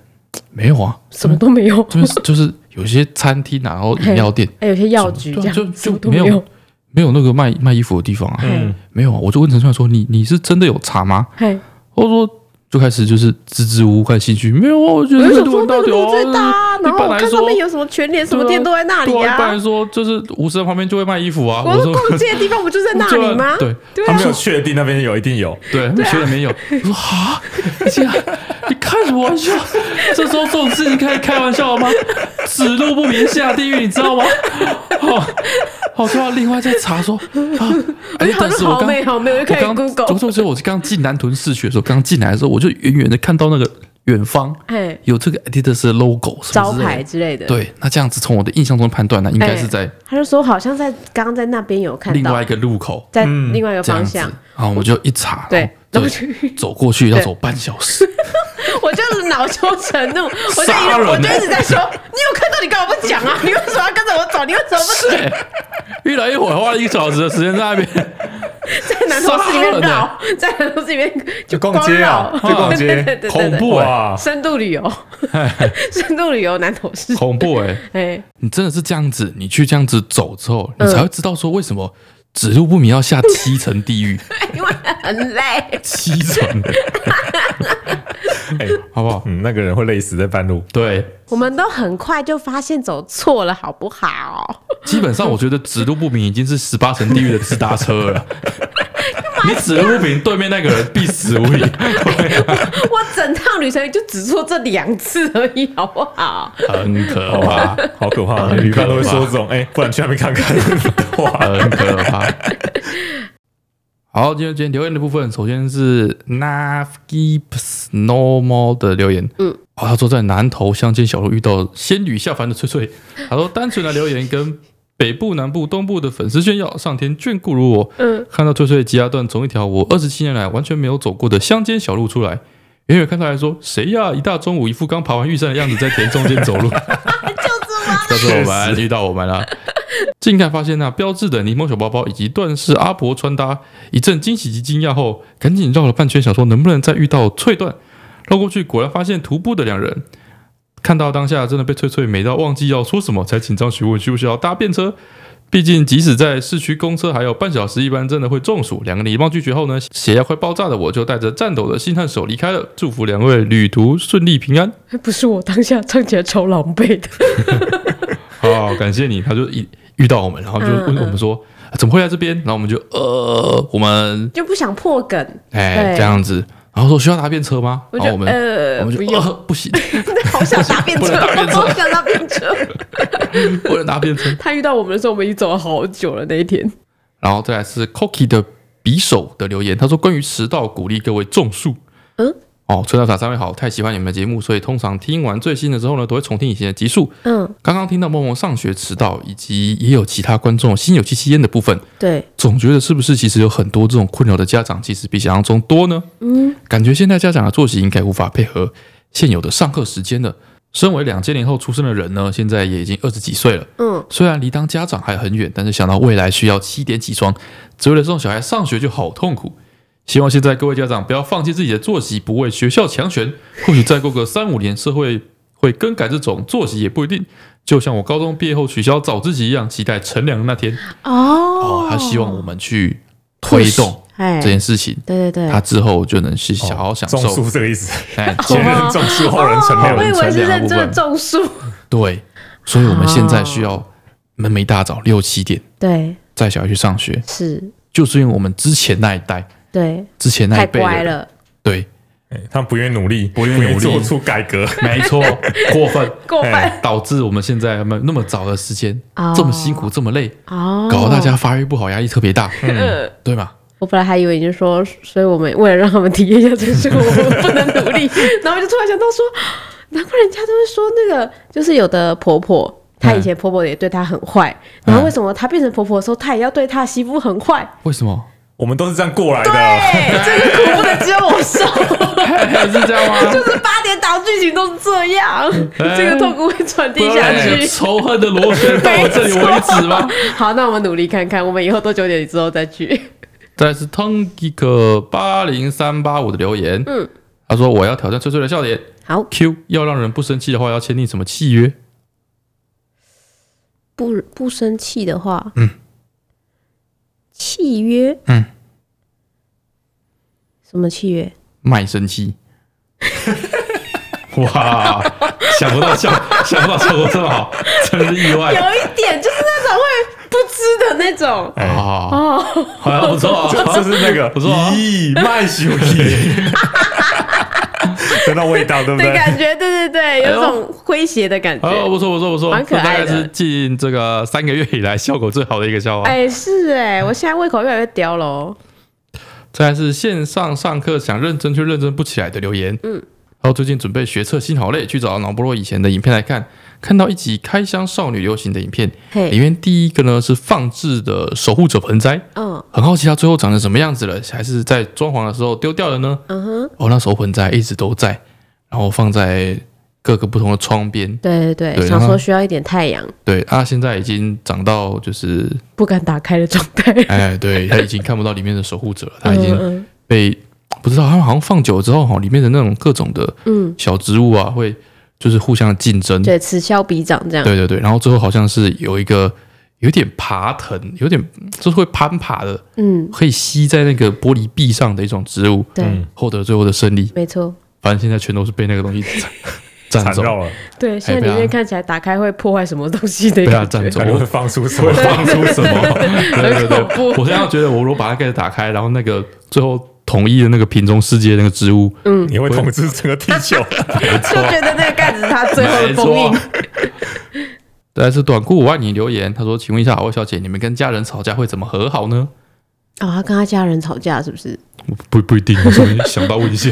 没有啊，什么都没有。这边是就是有些餐厅啊，然后饮料店，还有些药局这对啊样，就什么就都没有有。没有那个卖卖衣服的地方啊，嗯没有啊，我就问陈川说你你是真的有查吗？嘿，我说就开始就是支支吾吾，开始兴趣，没有啊，我觉得我就是想说路很那大个条路啊，最大啊，一然后般我来看上说面有什么全联什么店都在那里对啊一般啊来。说就是吴生旁边就会卖衣服啊，我说说逛街的地方不就在那里吗？对啊 对他啊没，有确定那边有，一定有。对，你觉得没有？我说啊，这样你开什么玩笑？这时候这种事情可以开玩笑吗？此路不明下地狱，你知道吗？哦，好，就要另外再查说 啊，哎，他说但是我好刚美好美，我就我开始刚，我 Google，就说我刚进南屯市区的时候，刚进来的时候，我就远远的看到那个远方哎，有这个 Adidas 的 logo 什招么之类的牌之类的。，哎对，那这样子从我的印象中判断，那应该是在他就说好像在刚刚在那边有看另到外一，个路口在另外一个这样方子向，啊，我就一查，对然然后后就走过去要走半小时，我就是恼羞成怒，我就杀一人路我就欸一直在说，你有看到你干嘛不讲啊？你为什么要跟着我走？你为什么不对，一来一回花了一个小时的时间在 那边，在南头市里面杀人欸 绕，在南头市里面 就逛街啊光绕哦去逛对街对对对对恐怖哎，哇，深度旅 游，深度旅游南投市，恐怖哎，哎，你真的是这样子，你去这样子走之后，你才会知道说为什么指路不明要下七层地狱，因为很累，七层， 哎，好不好？嗯，那个人会累死在 半路。对，我们都很快就发现走错了，好不好？基本上我觉得指路不明已经是十八层地狱的自搭车了。你指路不明，对面那个人必死无疑。我整趟旅程就只做这两次而已，好不好？很可怕，好可怕！啊旅伴都会说这种，哎、不然去那边看看。哇， 很可怕。好，今天今天留言的部分，首先是 Navgips Normal 的留言，嗯，哦，他说在南头乡间小路遇到仙女下凡的翠翠，他说单纯来留言跟。北部、南部、东部的粉丝炫耀，上天眷顾如我。嗯，看到翠翠吉亚段从一条我二十七年来完全没有走过的乡间小路出来，远远看他来说：“谁呀？一大中午一副刚爬完玉山的样子，在田中间走 路。”但是我们遇到我们了。近看发现那标志的柠檬小包包以及段氏阿婆穿搭，一阵惊喜及惊讶后，赶紧绕了半圈，想说能不能再遇到翠段。绕过去，果然发现徒步的两人。看到当下，真的被翠翠美到忘记要说什么，才紧张询问需不需要搭便车。毕竟，即使在市区公车还有半小时，一般真的会中暑。两个礼貌拒绝后呢，血压快爆炸的我就带着颤抖的心和手离开了。祝福两位旅途顺利平安。哎不是我当下唱起来超狼狈的，哦，感谢你，他就一遇到我们，然后就问我们说、啊怎么会来这边，然后我们就呃，我们就不想破梗，哎对这样子，然后说需要搭便车吗？我然后就我们、呃我们不就用，呃不行，好想搭便不车，能搭便车好想搭便 车。不能搭便车。他遇到我们的时候，我们已经走了好久了那一天。然后再来是 Cookie 的匕首的留言，他说关于迟到，鼓励各位种树。嗯，哦，崔大傻三位好，太喜欢你们的节目，所以通常听完最新的之后呢，都会重听以前的集数。嗯，刚刚听到默默上学迟到，以及也有其他观众心有戚戚焉的部分，对，总觉得是不是其实有很多这种困扰的家长，其实比想象中多呢？嗯，感觉现在家长的作息应该无法配合现有的上课时间了。身为两千年后出生的人呢，现在也已经二十几岁了。嗯，虽然离当家长还很远，但是想到未来需要七点起床，只为了送小孩上学就好痛苦。希望现在各位家长不要放弃自己的作息，不为学校强权。或许再过个三五年，社会会更改这种作息也不一定。就像我高中毕业后取消早自习一样，期待乘凉的那天。哦哦，他希望我们去推动哎这，件事情，对对对，他之后就能去好好享种受。树这个意思，哎，前人种树，后人乘哦我以凉。为是认真乘凉的的部分种树，对，所以我们现在需要哦每每大早六七点对，带小孩去上学，是，就是因为我们之前那一代、对，之前那太一辈乖的人，了，对，哎他们不愿意努力，不愿意努力做出改革。 没错，过分， 过分哎导致我们现在没有那么早的时间，哦这么辛苦，这么累，哦，搞得大家发育不好，压力特别大，嗯对吧？我本来还以为你是说，所以我们为了让他们体验一下这个生活，我们不能努 力。然后我就突然想到说，难怪人家都会说那个，就是有的婆婆，嗯她以前婆婆也对她很坏，然后为什么她变成婆婆的时候，她也要对她媳妇很坏？为什么？我们都是这样过来的，。哎、这个苦不能只有我受， 是这样吗？哎就是八点档剧情都是这样，这个痛苦会传递不要下让那个去。仇恨的螺 旋到我这里为止吗？好，那我们努力看看，我们以后都九点之后再去。再是 Tong Geek 八零三八五的留言，嗯，他说我要挑战翠翠的笑点好， ，Q 要让人不生气的话，要签订什么契约？不不生气的话，嗯，契约，嗯，什么契约？卖身契。 哇，想不到效，想不到效果这么好，真是意外有一点就是那种会不知的那种哦哎，啊！好像不错 这啊，这是那个不错啊咦，卖 修理，真的味道，对不的对？感觉，对对对，有种诙谐的感哎哦，觉。不错不错不错，蛮可这大爱概的是近这个三个月以来效果最好的一个笑话。哎，是哎，我现在胃口越来越刁了哦。再来是线上上课想认真却认真不起来的留言。嗯，然后最近准备学测，心好累，去找脑波罗以前的影片来看，看到一集开箱少女流行的影片，里嘿，面第一个呢是放置的守护者盆栽，嗯很好奇它最后长成什么样子了，还是在装潢的时候丢掉了呢？嗯哼，哦，那守盆栽一直都在，然后放在各个不同的窗边。对对对，对想然说后需要一点太阳，对啊，现在已经长到就是，不敢打开的状态。哎，对，它已经看不到里面的守护者了，它嗯已经嗯被不知道，他们好像放久了之后哈，里面的那种各种的嗯，小植物啊，会就是互相竞争。对，此消彼长这样。对对对，然后最后好像是有一个有点爬藤，有点就是会攀爬的，嗯，可以吸在那个玻璃壁上的一种植物，嗯对，获得最后的胜利。没错。反正现在全都是被那个东西 占占缠走，绕了，对，现在被里面它看起来打开会破坏什么东西的被它感啊占觉， 走感。觉会放出什么？放出 什么？对对很恐怖对，我现在觉得，我如果把它盖子打开，然后那个最后统一的那个瓶中世界那个植物，嗯你会统治整个地球。 就觉得那个盖子是它最后的没封印错。再来是短裤我爱你留言，他说：“请问一下，好味小姐，你们跟家人吵架会怎么和好呢哦，他跟他家人吵架是不是？？”不不一定，我想到 问一下。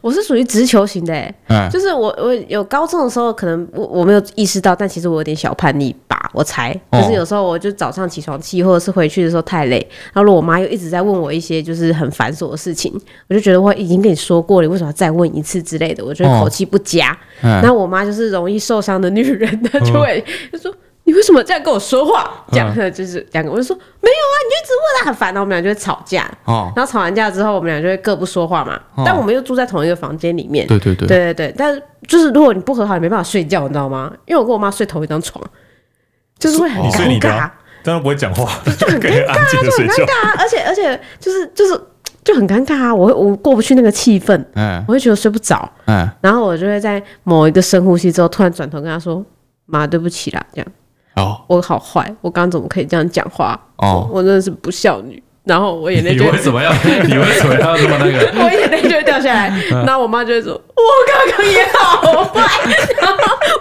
我是属于直球型的、欸，哎，就是我我有高中的时候，可能我我没有意识到，但其实我有点小叛逆吧，我猜。哦就是有时候我就早上起床气，或者是回去的时候太累，然后如果我妈又一直在问我一些就是很繁琐的事情，我就觉得我已经跟你说过了，你为什么要再问一次之类的，我就会哦口气不佳。嗯哦然后我妈就是容易受伤的女人，她就会就说。你为什么这样跟我说话？这样嗯 就是两个，我就说没有啊，你就一直问啊，很烦。然后我们俩就会吵架，哦，然后吵完架之后，我们俩就会各不说话嘛。哦但我们又住在同一个房间里面，对对对，对对对，但是就是如果你不和好，你没办法睡觉，你知道吗？因为我跟我妈睡同一张床，就是会很哦所尴以你尬，的啊当然不会 讲话，很可以尴尬啊安静的就很睡尴觉。尬啊！而且而且就是就是就很尴尬啊！我会我过不去那个气氛，哎我会觉得睡不着，哎，然后我就会在某一个深呼吸之后，突然转头跟她说：“妈，对不起啦。”这样哦我好坏，我刚刚怎么可以这样讲话？哦我真的是不孝女。然后我眼泪你就会为 什么要？你为什么要这么那个？我眼泪就会掉下来，嗯然后我妈就会说：“我刚刚也好坏。” 然后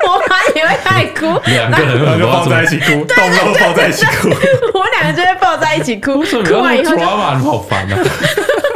我妈也会爱哭，两个人然后就抱在一起，起哭，动不动抱在一起哭。 我两个就会抱在一起哭，不哭要完以后就哦抓嘛，你好烦 啊！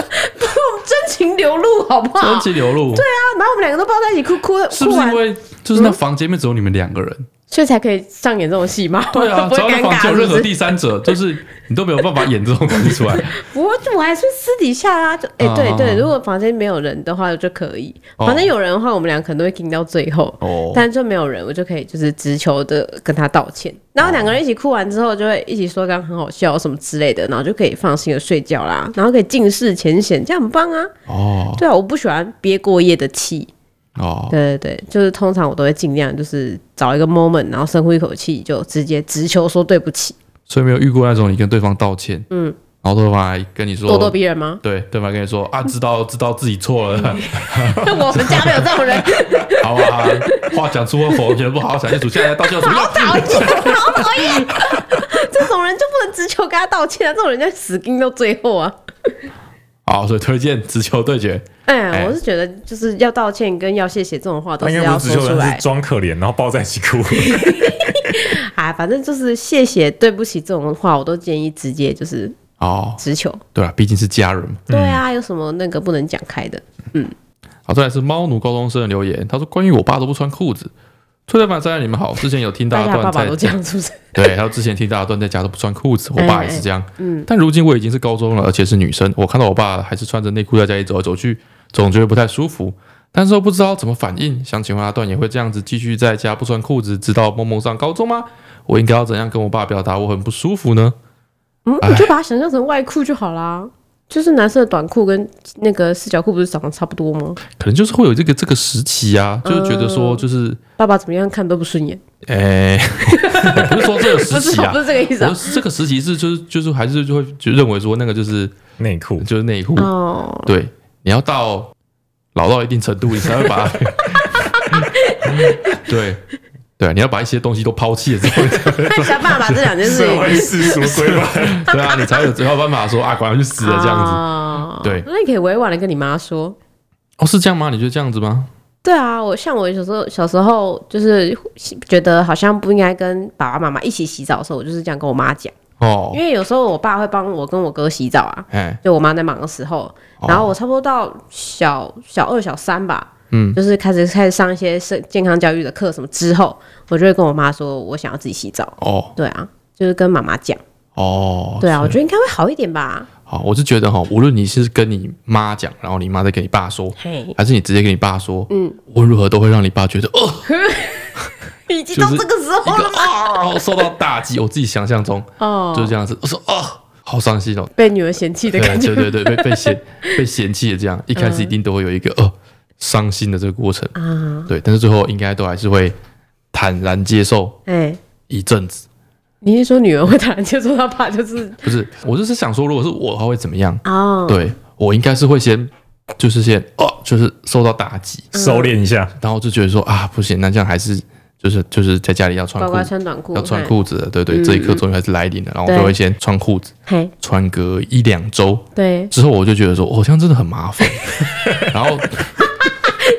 真情流露，好不好？真对情流露，啊，然后我们两个都抱在一起哭，哭是哭不是因完，为就是那房间里面只有你们两个人？所以才可以上演这种戏嘛？对 啊，不只会要那尴房间尬，有是任不何是？第三者，就是你都没有办法演这种东西出来。 我我还是私底下啊，就哎、啊对啊对，啊如果房间没有人的话就可以，哦房间有人的话，我们俩可能都会听到最后。哦，但就没有人，我就可以就是直球的跟他道歉，然后两个人一起哭完之后，就会一起说刚刚很好笑什么之类的，然后就可以放心的睡觉啦，然后可以尽释前嫌，这样很棒啊！哦对啊，我不喜欢憋过夜的气，哦，对对对，就是通常我都会尽量就是找一个 moment，然后深呼一口气，就直接直球说对不起，所以没有遇过那种你跟对方道歉，嗯，然后对方还跟你说咄咄逼人吗？ 对，对方跟你说啊，知道知道自己错了，我们家没有这种人，好啊，话讲出口，觉得不好好想清楚，现在道歉有什么好用？讨厌，好讨厌！ 这种人就不能直球跟他道歉啊，这种人就死盯到最后啊。好，所以推荐直球对决，哎，哎我是觉得就是要道歉跟要谢谢这种话都他是应该要不是说只有出人是来装可怜，然后抱在一起哭。 啊，反正就是谢谢、对不起这种话，我都建议直接就是哦，直球。对啊，毕竟是家人嘛。对啊，有什么那个不能讲开的？好，再来是猫奴高中生的留言，他说关于我爸都不穿裤子。推特版三人，你们好，之前有听大大家爸段爸在都这样，是不是？ 对，还有之前听大家段在家都不穿裤子，我爸也是这样。嗯，但如今我已经是高中了，而且是女生，我看到我爸还是穿着内裤在家里走来走去，总觉得不太舒服。但是又不知道怎么反应，想请问阿段也会这样子继续在家不穿裤子，直到梦梦上高中吗？我应该要怎样跟我爸表达我很不舒服呢？ 嗯，哎你就把它想象成外裤就好啦。就是男生的短裤跟那个四角裤不是长得差不多吗？可能就是会有这个这个时期啊，就是觉得嗯说就是，爸爸怎么样看都不顺眼，诶、 不是说这个时不是期 啊不，是这个意思我啊。是这个时期是就是就是还是就会就认为说那个就是内裤就是内裤， 哦，对，你要到老到一定程度，你才会把 它，对对，你要把一些东西都抛弃了之后， 那想办法把这两件事社情会世俗规范，嗯对啊，你才有才有办法说啊，管他去死了这样子。哦对那你可以委婉的跟你妈说，哦，是这样吗？你觉得这样子吗？对啊，我像我小时候小时候就是觉得好像不应该跟爸爸妈妈一起洗澡的时候，我就是这样跟我妈讲，哦因，为有时候我爸会帮我跟我哥洗澡啊，哎，就我妈在忙的时候，哦然后我差不多到小小二小三吧，嗯，就是开始开始上一些身健康教育的课什么之后，我就会跟我妈说我想要自己洗澡，哦对啊，就是跟妈妈讲，哦，对啊，我觉得应该会好一点吧，好，我是觉得哈，无论你是跟你妈讲，然后你妈再跟你爸说，嘿，还是你直接跟你爸说，嗯，无论如何都会让你爸觉得哦，已经到就是这个时候一个了吗？啊受到打击。我自己想象中哦，就是这样子，我说哦，好伤心哦，被女儿嫌弃的对感觉，嗯对对对，被被嫌被嫌弃的这样，一开始一定都会有一个哦伤心的这个过程，啊，对，但是最后应该都还是会坦然接受哎。一阵子。你是说女儿会突然接触到爸就是不是，我就是想说，如果是我的话会怎么样？哦，对我应该是会先就是先哦，就是受到打击，收敛一 下。然后就觉得说啊不行，那这样还是就是就是在家里要穿乖裤乖子。穿短裤，要穿裤子了，对对，这一刻终于还是来临了，然后我嗯对就会先穿裤子，嘿，嘿，穿个一两周对，之后，我就觉得说，哦，这样真的很麻烦，然后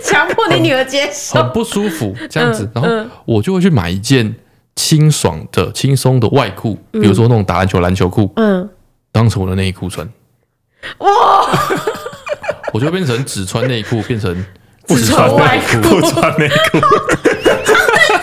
强迫你女儿接受很不舒服这样子嗯，然后我就会去买一件清爽的、轻松的外裤，比如说那种打篮球篮球裤，嗯，当成我的内裤穿。哇，我就变成只穿内裤，变成不只穿穿外内裤，裤不穿内裤，只穿外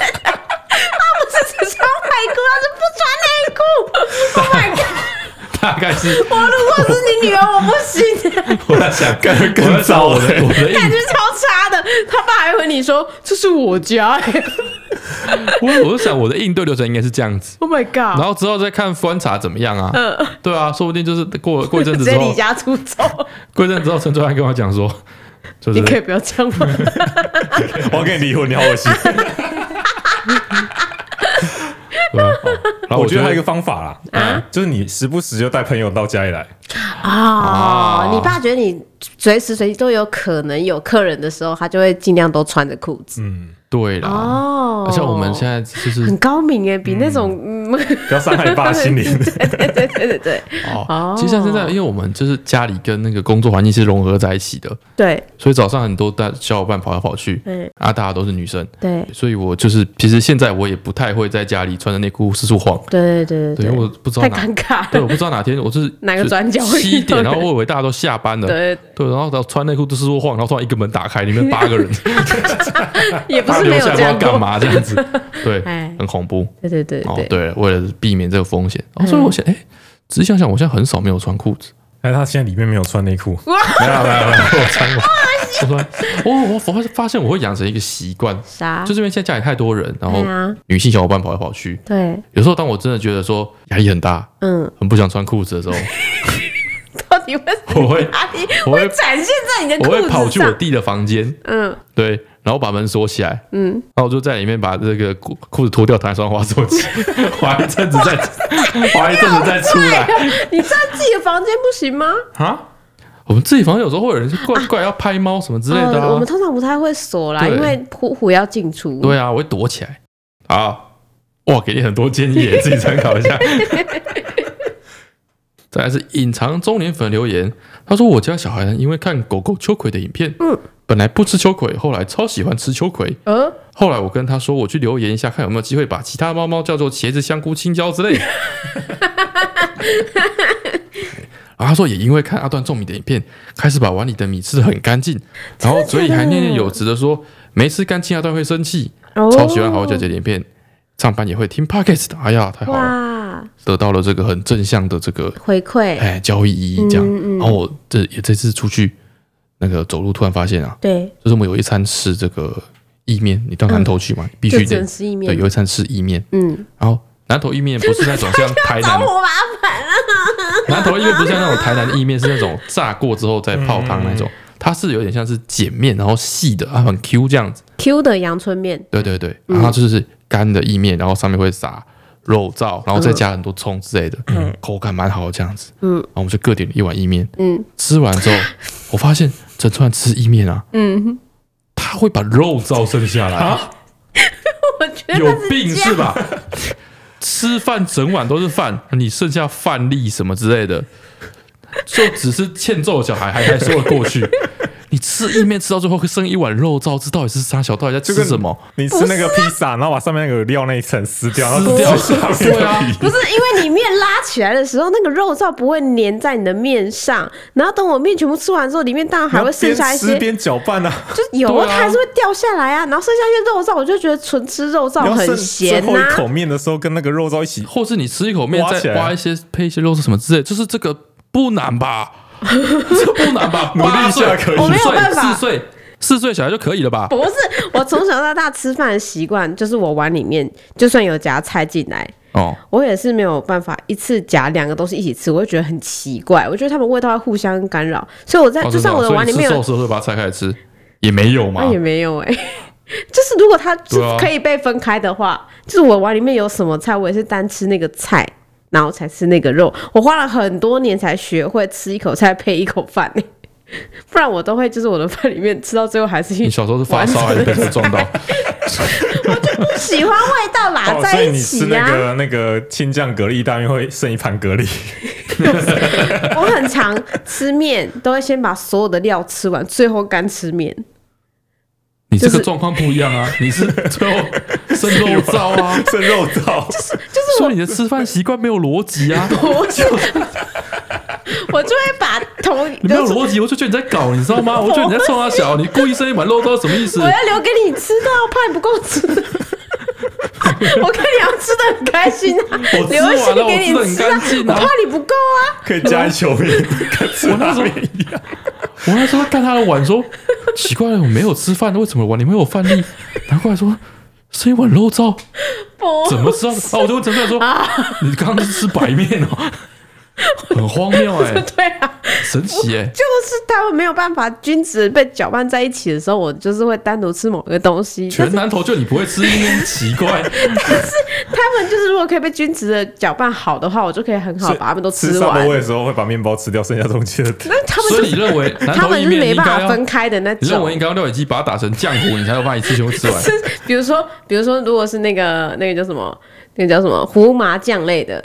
裤，她是不穿内裤。Oh my god！ 大概是我如果是你女儿，我不行，我在想更更糟我在欸找我的我的印感觉超差的。他爸还回你说这是我家我我就想我的应对流程应该是这样子， ，Oh my 然 god！后之后再看观察怎么样啊？嗯，对啊，说不定就是过过一阵直子接之离后，家出走，过一阵子之后，陈卓安跟我讲说，就你可是以不要这样吗？我要跟你离婚，你好 恶心。对啊哦然后我觉得还有一就会个方法啦，嗯就是你时不时就带朋友到家里来，啊啊你爸觉嗯得你随时随地都有可能有客人的时候，他就会尽量都穿着裤子。对啦，哦，像我们现在就是很高明哎，比那种嗯，不要伤害你爸的心灵。 对对对对对哦，其实像现在，因为我们就是家里跟那个工作环境是融合在一起的，对所以早上很多大小伙伴跑来跑去，嗯啊，大家都是女生，对所以我就是其实现在我也不太会在家里穿着内裤四处晃，对对对对，因为我不知太道哪尴，尬对，了，我不知道哪天我就是 哪个转角会七遇到点， 人然后我以为大家都下班了，对， 对，然后然后穿内裤四处晃，然后突然一个门打开，里 面八个人，也不他是留没有下来这不知道样干过，嘛这样 子，对哎，很恐怖。对对对哦对，，嗯对，为了避免这个风险，哦，所以我想，哎、仔细想想，我现在很少没有穿裤子。但哎是他现在里面没有穿内裤，没有没有没有，我穿过。我穿，我我发发现我会养成一个习惯，啥？就是因为现在家里太多人，然后啊对啊女性小伙伴跑来跑去，对，有时候当我真的觉得说压力很大，嗯， 很不想穿裤子的时候，到底为什我会么 哪里我会会展现在你的我会跑裤子去我上？弟的房间，嗯，对，然后把门锁起来，嗯，然后我就在里面把这个裤裤子脱掉，躺在床上滑手机， 滑一阵子再滑一阵子再出来你在自己的房间不行吗？啊。我们自己房间有时候会有人过来过来要拍猫什么之类的、啊啊哦我们通常不太会锁啦，对因为虎虎要进出。对啊，我会躲起来。好，哇，给你很多建议，自己参考一 下。再来是隐藏中年粉留言，他说我家小孩呢，因为看狗狗秋葵的影片，嗯，本来不吃秋葵，后来超喜欢吃秋葵。嗯，后来我跟他说，我去留言一下，看有没有机会把其他猫猫叫做茄子、香菇、青椒 之类的。然后他说，也因为看阿段种米的影片，开始把碗里的米吃得很干净，然后嘴里还念念有词的说，没吃干净阿段会生气。哦超喜欢好姐姐的影片，上班也会听 podcast 的。哎呀，太好了，哇，得到了这个很正向的这个回馈，啊哎交易意义这样。嗯嗯然后我这也这次出去那个走路，突然发现啊，对，就是我们有一餐吃这个意面，你到南头去嘛，必须就只得能吃意对，面。有一餐吃意面，嗯，然后。南头意面不 是那种像台南，麻南头意面不是像那种台南的意面，是那种炸过之后再泡汤那种，它是有点像是碱面，然后细的，它啊很 Q 这样子。 Q 的阳春面，对对对，然后它就是干的意面，然后上面会撒肉燥，然后再加很多葱之类的，口感蛮好的这样子。嗯，然后我们就各点了一碗意面。嗯，吃完之后，我发现整串吃意面啊，嗯，啊他会把肉燥剩下来，我觉有得病是吧？ 吃饭整碗都是饭，你剩下饭粒什么之类的，就只是欠揍的小孩还还说得过去。你吃意面吃到最后会剩一碗肉燥，这到底是啥小？到底在就吃跟什么？你吃那个披萨，然后把上面那个料那一层啊撕掉，然后撕掉吃下面对啊的皮。不是因为你面拉起来的时候，那个肉燥不会粘在你的面上，然后等我面全部吃完之后，里面当然 还会剩下一边些吃，边搅拌啊，就是油对啊它还是会掉下来啊，然后剩下一些肉燥，我就觉得纯吃肉然燥后剩很最咸啊后一口呐。面的时候跟那个肉燥一起，或是你吃一口面挖起再来挖一些配一些肉是什么之类，就是这个不难吧？ 这不难吧？ 努力一下八岁可以五我没有岁办法四岁四岁小孩就可以了吧？不是，我从小到大吃饭的习惯就是我碗里面就算有夹菜进来，哦，我也是没有办法一次夹两个东西一起吃，我会觉得很奇怪。我觉得它们味道会互相干扰，所以我在、哦就算我的真碗里面所以你吃寿有，司会把它拆开来吃，也没有嘛那。也没有哎、 就是如果它是对啊可以被分开的话，啊就是我碗里面有什么菜，我也是单吃那个菜，然后才吃那个肉。我花了很多年才学会吃一口菜配一口饭、欸， 不然我都会就是我的饭里面吃到最后还是一你 小时候是发烧还是被车撞到？不 喜欢味道拉哦，所在以一你吃起啊那呀、个那个青酱蛤蜊意大面会剩一盘蛤蜊，我很常吃面，都会先把所有的料吃完，最后干吃面。你这就个是状况不一样啊，你是最后生肉燥 啊，剩肉燥，就是我所以你的吃饭习惯没有逻辑 啊。不是， 我就会把头，你没有逻辑，我就觉得你在搞，你知道吗？我觉得你在冲他小，你故意生一碗肉燥什么意思我？要留给你吃的啊，我怕你不够吃。我看你要吃的很开心啊，我吃留一完些了，给我吃的很你吃干啊，净我啊怕。你不够啊。可以加一球面，跟 吃我那拉时候面一样。我那时候看他的碗说，奇怪，我没有吃饭，为什么碗里面有饭粒？难怪说是一碗肉燥，不，怎 么知道？啊，我就问哦陈帅说，你刚刚是吃白面哦，很荒谬哎、 对啊，欸神奇哎、就是他们没有办法均值被搅拌在一起的时候，我就是会单独吃某个东西。但全南头就你不会吃，因为奇怪， 他们就是如果可以被均值的搅拌好的话，我就可以很好所以把它们都吃沙完拉。味的时候会把面包 吃掉，剩下中间的蛋。那他们所就以你认为南他头们意是面没应办该法要分，开的那你认种为。应该用料理机把它打成酱糊，你才有办法一次全 部吃完。比如说，比如说，如果是那个那个叫什么，那个叫什么胡麻酱类的，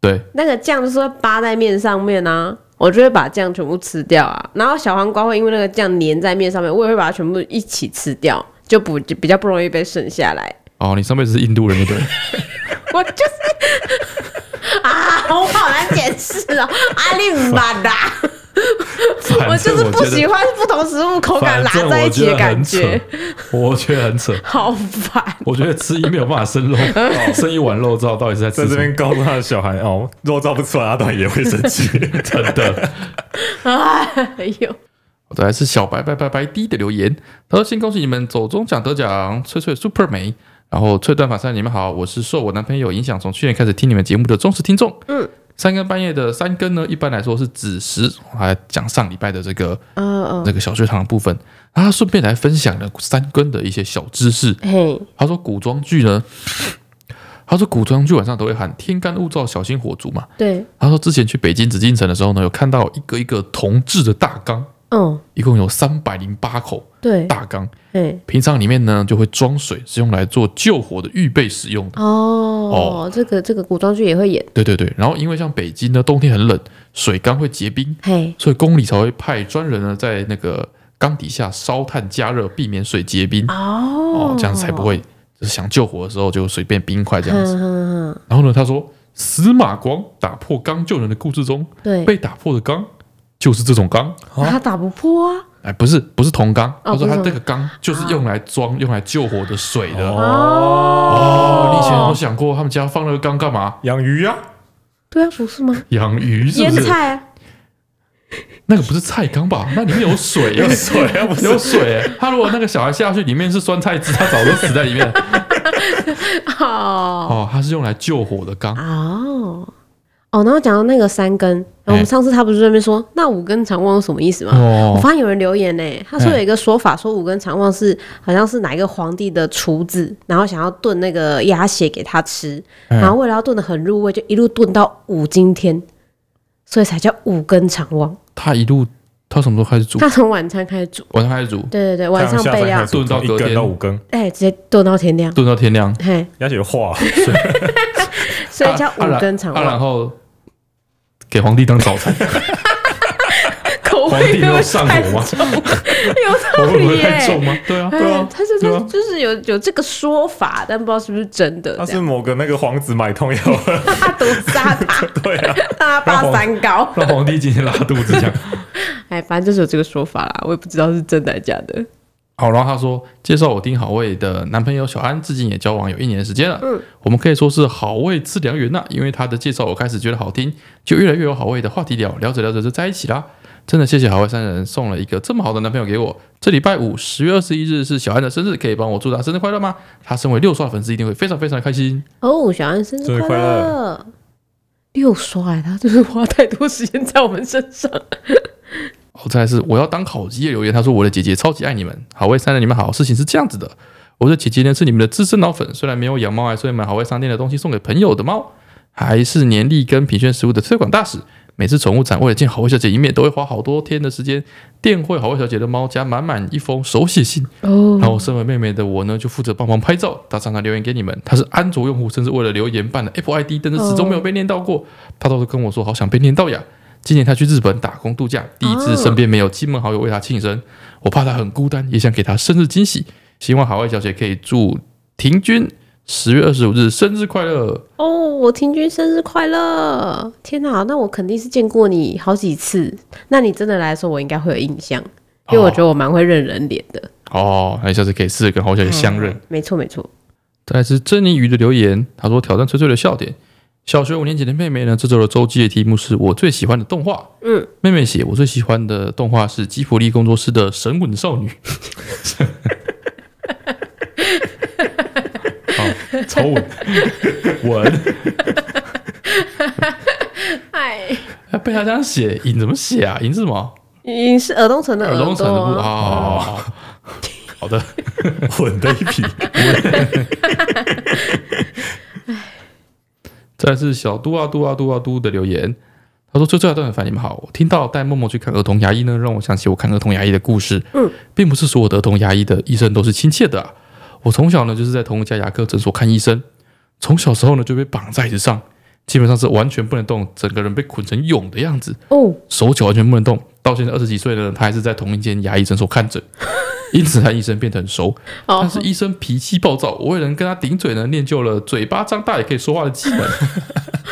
对，那个酱就是会扒在面上面啊，我就会把酱全部吃掉啊。然后小黄瓜会因为那个酱粘在面上面，我也会把它全部一起吃掉，就不就比较不容易被剩下来。哦，你上辈子是印度人就对了。我就是 啊，我好难解释哦，阿里姆巴达，反我就正是不喜觉得，欢不同食物口感反拉正在我一起觉的得感很觉扯，， 我觉得很扯。好烦。我觉得吃一没有办法 生肉，哦生一碗肉燥到底是在 在吃什这么？边告诉他的小孩哦，肉燥不吃完，阿短也会生气。真的。哎呦，我再来是小白白白白滴的留言，他说：“先恭喜你们走中奖得奖，翠翠 super 美。”然后翠短发三，你们好，我是受我男朋友影响，从去年开始听你们节目的忠实听众。嗯，三更半夜的三更呢，一般来说是子时，我还讲上礼拜的这个啊嗯嗯，这个小学堂的部分，然后他顺便来分享了三更的一些小知识。嘿，他说古装剧呢，他说古装剧晚上都会喊天干物燥，小心火烛嘛。对，他说之前去北京紫禁城的时候呢，有看到一个一个铜制的大缸，嗯，一共有三百零八口对，大缸，嘿，平常里面呢就会装水，是用来做救火的预备使用的。哦，这个这个古装剧也会演，对对对，然后因为像北京呢，冬天很冷，水缸会结冰，嘿，所以宫里才会派专人呢在那个缸底下烧炭加热，避免水结冰。哦哦，这样才不会就是想救火的时候就随便冰块这样子。哼哼哼，然后呢，他说司马光打破缸救人的故事中，对，被打破的缸就是这种缸，他打不破啊，哎，不是不是铜缸，哦他说他不是这个缸就是用来装、用来救火的水的。哦哦你以前有想过他们家放那个缸干嘛？ 养鱼啊，对啊，不是吗？养鱼是腌不是？菜啊，那个不是菜缸吧？那里面有 水、 有水啊，不是有水、哎他如果那个小孩下去，里面是酸菜汁，他早就死在里面。哦哦，他是用来救火的缸。哦哦，然后讲到那个三根，然后我们哎上次他不是在那边说那五根肠旺是什么意思吗？哦我发现有人留言呢、他说哎有一个说法，说五根肠旺是好像是哪一个皇帝的厨子，然后想要炖那个鸭血给他吃，然后为了要炖的很入味，就一路炖到五更天，所以才叫五更肠旺。他一路他什么时候开始煮？他从晚餐开始煮，晚上开始煮，对对对，晚上太阳下备山料开，始炖到从隔一根天到五根，哎、直接炖到天亮，炖到天亮，嘿，鸭血化所以叫啊五更肠啊然啊旺。然后给皇帝当早餐，口皇味帝有要上火吗？有我道会不理会耶、太重吗？对啊，哎，对啊，他是对他啊就是有有这个说法，但不知道是不是真的他这是样。某个那个皇子买 通药了，他毒杀他，对啊，他八三高。让皇帝 今天拉肚子这样。 哎，反正就是有这个说法啦，我也不知道是真的还是假的。好，然后他说，介绍我丁好味的男朋友小安，至今也交往有一年的时间了。嗯，我们可以说是好味自良缘呐、因为他的介绍，我开始觉得好听，就越来越有好味的话题聊，聊着聊着就在一起啦。真的谢谢好味三人送了一个这么好的男朋友给我。这礼拜五十月二十一日是小安的生日，可以帮我祝他生日快乐吗？他身为六刷的粉丝一定会非常非常的开心。哦，小安生生日快乐！六刷，他就是花太多时间在我们身上。好，再来是我要当烤鸡的留言，他说我的姐姐超级爱你们，好味三人你们好，事情是这样子的，我的姐姐呢是你们的资深老粉，虽然没有养猫，还是会买好味商店的东西送给朋友的猫，还是年历跟品炫食物的推广大使。每次宠物展为了见好味小姐一面，都会花好多天的时间电绘好味小姐的猫家满满一封手写信。哦然后身为妹妹的我呢，就负责帮忙拍照、打赏、啊留言给你们。她是安卓用户，甚至为了留言办了 Apple ID，但是始终没有被念到过。她都是跟我说，好想被念到呀。今年她去日本打工度假，第一次身边没有亲朋好友为她庆生，我怕她很孤单，也想给她生日惊喜。希望海外小姐可以祝婷君十月二十五日生日快乐。哦，我听君生日快乐！天哪，那我肯定是见过你好几次。那你真的来说，我应该会有印象，因为我觉得我蛮会认人脸的。哦，那你下次可以试着跟好味小姐相认。没错没错。再来是珍妮鱼的留言，她说挑战翠翠的笑点。小学五年级的妹妹呢，这周的周记的题目是我最喜欢的动画。嗯，妹妹写我最喜欢的动画是吉卜力工作室的《神吻少女》。好，超 吻吻。哎，被他这样写，赢怎么写啊？赢是什么？你是耳东城的耳耳东城朵啊的部哦，好的，混的一批。再来是小嘟啊嘟啊嘟啊嘟的留言，他说：“最最后一段反你们好，我听到带默默去看儿童牙医呢，让我想起我看儿童牙医的故事。嗯，并不是所有的儿童牙医的医生都是亲切的、啊。我从小呢就是在同一家牙科诊所看医生，从小时候呢就被绑在椅子上，基本上是完全不能动，整个人被捆成蛹的样子。哦，手脚完全不能动。到现在二十几岁了，他还是在同一间牙医诊所看诊，因此和医生变得很熟。哦但是医生脾气暴躁，我为了跟他顶嘴呢，练就了嘴巴张大也可以说话的技能，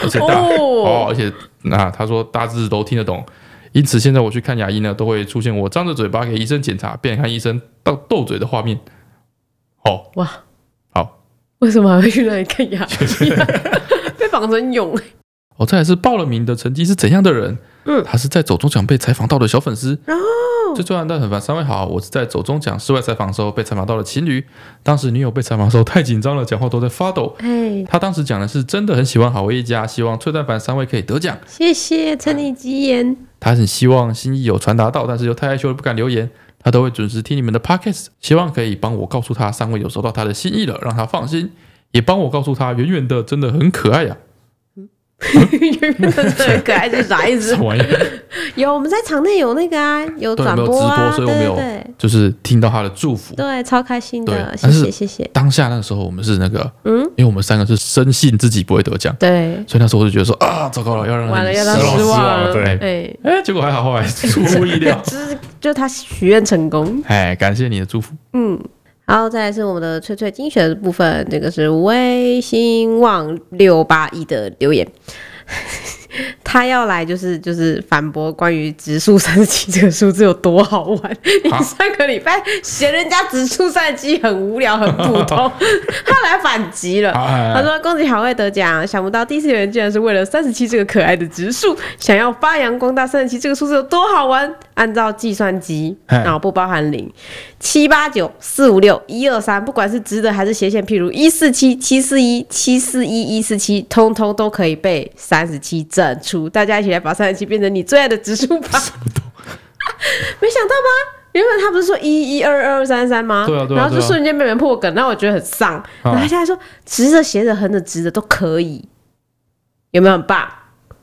而且大哦哦而且那、他说大致都听得懂。因此，现在我去看牙医呢，都会出现我张着嘴巴给医生检查，边看医生斗斗嘴的画面。哦，哇，好，为什么还会去那里看牙医啊？ 被绑成蛹，哦，再来是报了名的成绩是怎样的人？嗯他是在走中奖被采访到的小粉丝。哦最重要的很烦，三位好，我是在走中奖室外采访的时候被采访到的情侣。当时女友被采访的时候太紧张了，讲话都在发抖。哎，她当时讲的是真的很喜欢好味一家，希望崔蛋凡三位可以得奖。谢谢，承你吉言。她很希望心意有传达到，但是又太害羞了不敢留言。她都会准时听你们的 podcast，希望可以帮我告诉她三位有收到她的心意了，让她放心，也帮我告诉她圆圆的真的很可爱啊呀、圆圆的这个可爱是啥意思 什？么玩意儿？有我们在场内有那个啊，有对，转没有直播啊，播，对所以我没对有对，就是听到她的祝福。对，超开心的，对谢但是谢谢谢。当下那个时候我们是那个，嗯因为我们三个是深信自己不会得奖，对，所以那时候我就觉得说啊，糟糕了，要让人完了要让他失失望望了了，对哎，。哎，结果还好，后来出乎意料 就是就他许愿成功，哎，感谢你的祝福。嗯。然后再来是我们的翠翠精选的部分，这个是微兴旺六八一的留言， 他要来就是就是反驳关于指数三十七这个数字有多好玩。你上个礼拜嫌人家指数三十七很无聊很普通，他来反击了。他说：“恭喜好味得奖，想不到第四有人竟然是为了三十七这个可爱的植树，想要发扬光大三十七这个数字有多好玩。按照计算机，嘿然后不包含零，七八九四五六一二三，不管是直的还是斜线，譬如一四七七四一七四一一四七，通通都可以被三十七整除。大家一起来把三十七变成你最爱的植树吧。 没想到吧？原本他不是说一一二二三三吗？对啊对啊啊然后就对啊瞬间被人破梗，那我觉得很丧。然后他现在说直着、斜着、横着、直着都可以，有没有很棒？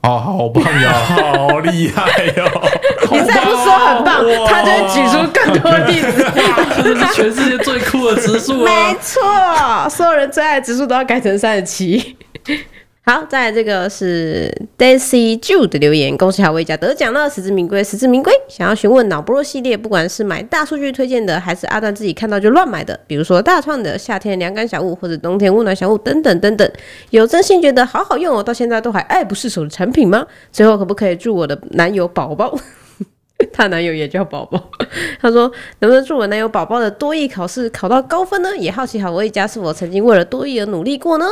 哦，好棒呀！哎好厉害哦！你再不说很棒，哇他就会举出更多例子。这是全世界最酷的啊植树没！错，所有人最爱的指数都要改成三十七。好，再来这个是 Daisy Ju 的留言，恭喜好味家得奖了，实至名归，实至名归。想要询问脑波弱系列，不管是买大数据推荐的，还是阿段自己看到就乱买的，比如说大创的夏天凉感小物，或者冬天温暖小物等等等等，有真心觉得好好用哦，到现在都还爱不释手的产品吗？最后可不可以祝我的男友宝宝，她男友也叫宝宝， 他说能不能祝我男友宝宝的多益考试考到高分呢？也好奇好我一家是否曾经为了多益而努力过呢？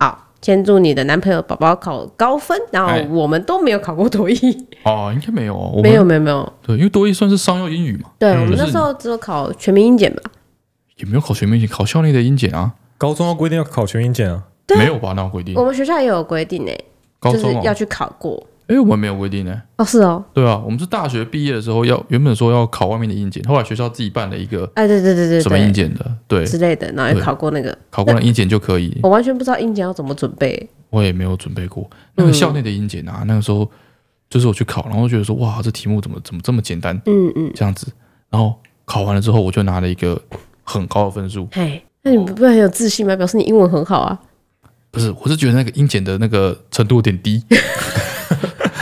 好，先祝你的男朋友宝宝考高分，然后哎我们都没有考过多益，哦，应该没有哦，我们没有没有没有，对，因为多益算是商用英语嘛，对、嗯我们那时候只有考全民英检吧？也没有考全面考校内的英检啊，高中要规定要考全英检啊，对啊没有吧？那种规定我，们学校也有规定诶、嗯高就是中哦要，去考过哎，我们没有规定呢。哦，是哦，对啊，我们是大学毕业的时候要原本说要考外面的英检，后来学校自己办了一个哎，对对对对什么英对，检的，对，之类的，然后也对考过那个，考过了英检就可以。我完全不知道英检要怎么准备、我也没有准备过。那嗯个校内的英检啊，那个时候就是我去考，然后觉得说哇，这题目怎么怎么这么简单嗯嗯，这样子。然后考完了之后，我就拿了一个很高的分数。嘿，哎那你不不会很有自信吗？表示你英文很好啊，不是，我是觉得那个英检的那个程度有点低。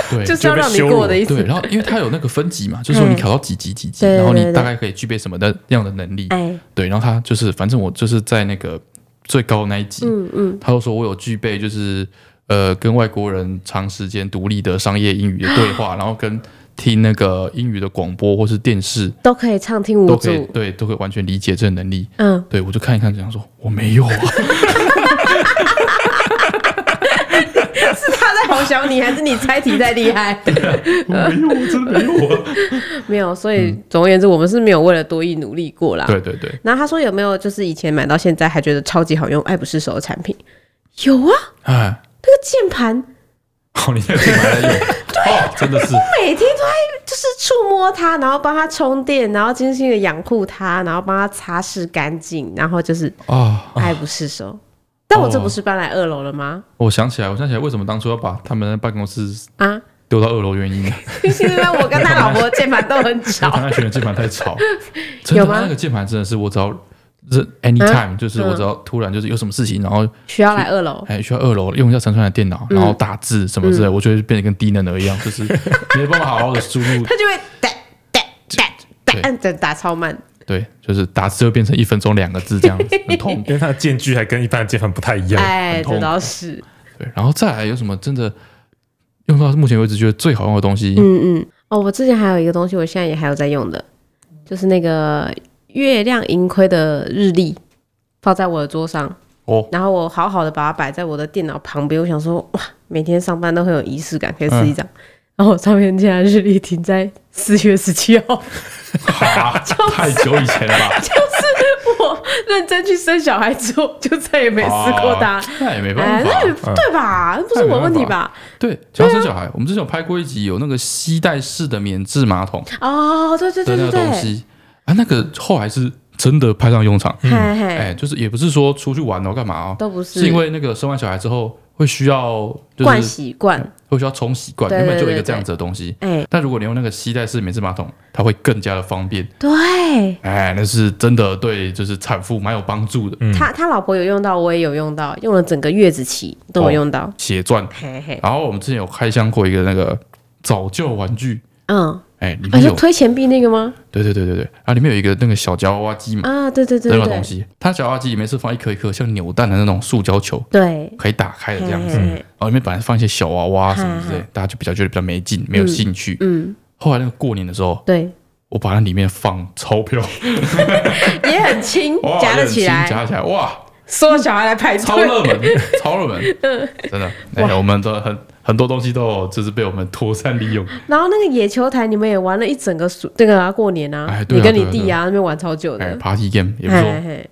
对，就是要就被让你羞过辱的意思对，。然后因为它有那个分级嘛，就是说嗯你考到几级几级，对对然后你对大概可以具备什么的样的能力。哎，对，然后他就是反正我就是在那个最高那一级，嗯嗯，他就说我有具备就是呃跟外国人长时间独立的商业英语的对话，然后跟听那个英语的广播或是电视都可以畅听无都可以阻。对都可以完全理解这个能力。嗯，对我就看一看，想说我没有啊， 是他在好小你，还是你猜题太厉 害？我 没有，我真的没有啊。没有，所以总而言之，我们是没有为了多益努力过啦。 嗯对对对，然后他说有没有就是以前买到现在还觉得超级好用、爱不释手的产品？有啊，哎，那个键盘，好厉害！买了有，哦， 真的是每天都在就是触摸它，然后帮它充电，然后精心的养护它，然后帮它擦拭干净，然后就是啊！爱不释手。但我这不是搬来二楼了吗？我想起来，我想起来，为什么当初要把他们的办公室 啊，丢到二楼原因 了？是因为我跟他老婆键盘都很因为吵唐。奈轩的键盘 太吵， 真的，有吗嗯他那个键盘真的是我只要这 anytime，、就是我只要突然就是有什么事情，然后需要来二楼，哎需要二楼用一下陈川的电脑，然后嗯打字什么之类，我就会变得跟低能儿一样，就是 没有办法好好的输入，他就会哒哒哒哒，按着打超慢。对，就是打字就变成一分钟两个字这 样，很痛。因为它的间距还跟一般的键盘不太一样。哎，很痛这倒是。对，然后再来有什么真的用到目前为止觉得最好用的东西，嗯嗯。哦，我之前还有一个东西，我现在也还有在用的，就是那个月亮盈亏的日历，放在我的桌上。哦。然后我好好的把它摆在我的电脑旁边，我想说，哇，每天上班都很有仪式感，可以撕一张。嗯然后我上面竟然日历停在四月十七号， 哈啊太久以前了吧？就是我认真去生小孩之后，就再也没撕过它。那也没哎办，法。那也对吧？那不是我问题吧？对，讲到生小孩，我们之前有拍过一集，有那个吸带式的免治马桶哦，对对对的对那个东对，西啊，那个后来是真的派上用场。嗨哎，嗨，就是也不是说出去玩哦，干嘛哦，都不是是因为那个生完小孩之后会需要，就惯是习惯，会需要冲洗罐，对对原本就有一对个对这样子的东西。哎，但如果你用那个吸带式免治马桶，它会更加的方便。对哎，那是真的对，就是产妇蛮有帮助的。他他老婆有用到，我也有用到，用了整个月子期都有用到，血赚。嘿嘿，然后我们之前有开箱过一个那个早教玩具，嗯，哎，里啊，面就有推钱币那个吗？对对对对对，啊，里面有一个那个小夹娃娃机嘛，啊，对对对那对嗯种东对，西，它小娃娃机里面是放一颗一颗像扭蛋的那种塑胶球，对，可以打开的这样子，嘿嘿然后里面本来放一些小娃娃什么之类嗯，大家就比较觉得比较没劲，没有兴趣。嗯，后来那个过年的时候，对，我把那里面放钞票，也很轻哇，夹得起很轻夹来，得起来，哇，所有小孩来排超队。热门，超热门，嗯真的，哎，我们的很很多东西都有就是被我们妥善利用，然后那个野球台，你们也玩了一整个暑那个啊过年啊哎，对啊你跟你对啊弟对啊那边玩超久哎的。 ，party game 也不嘿错，嘿，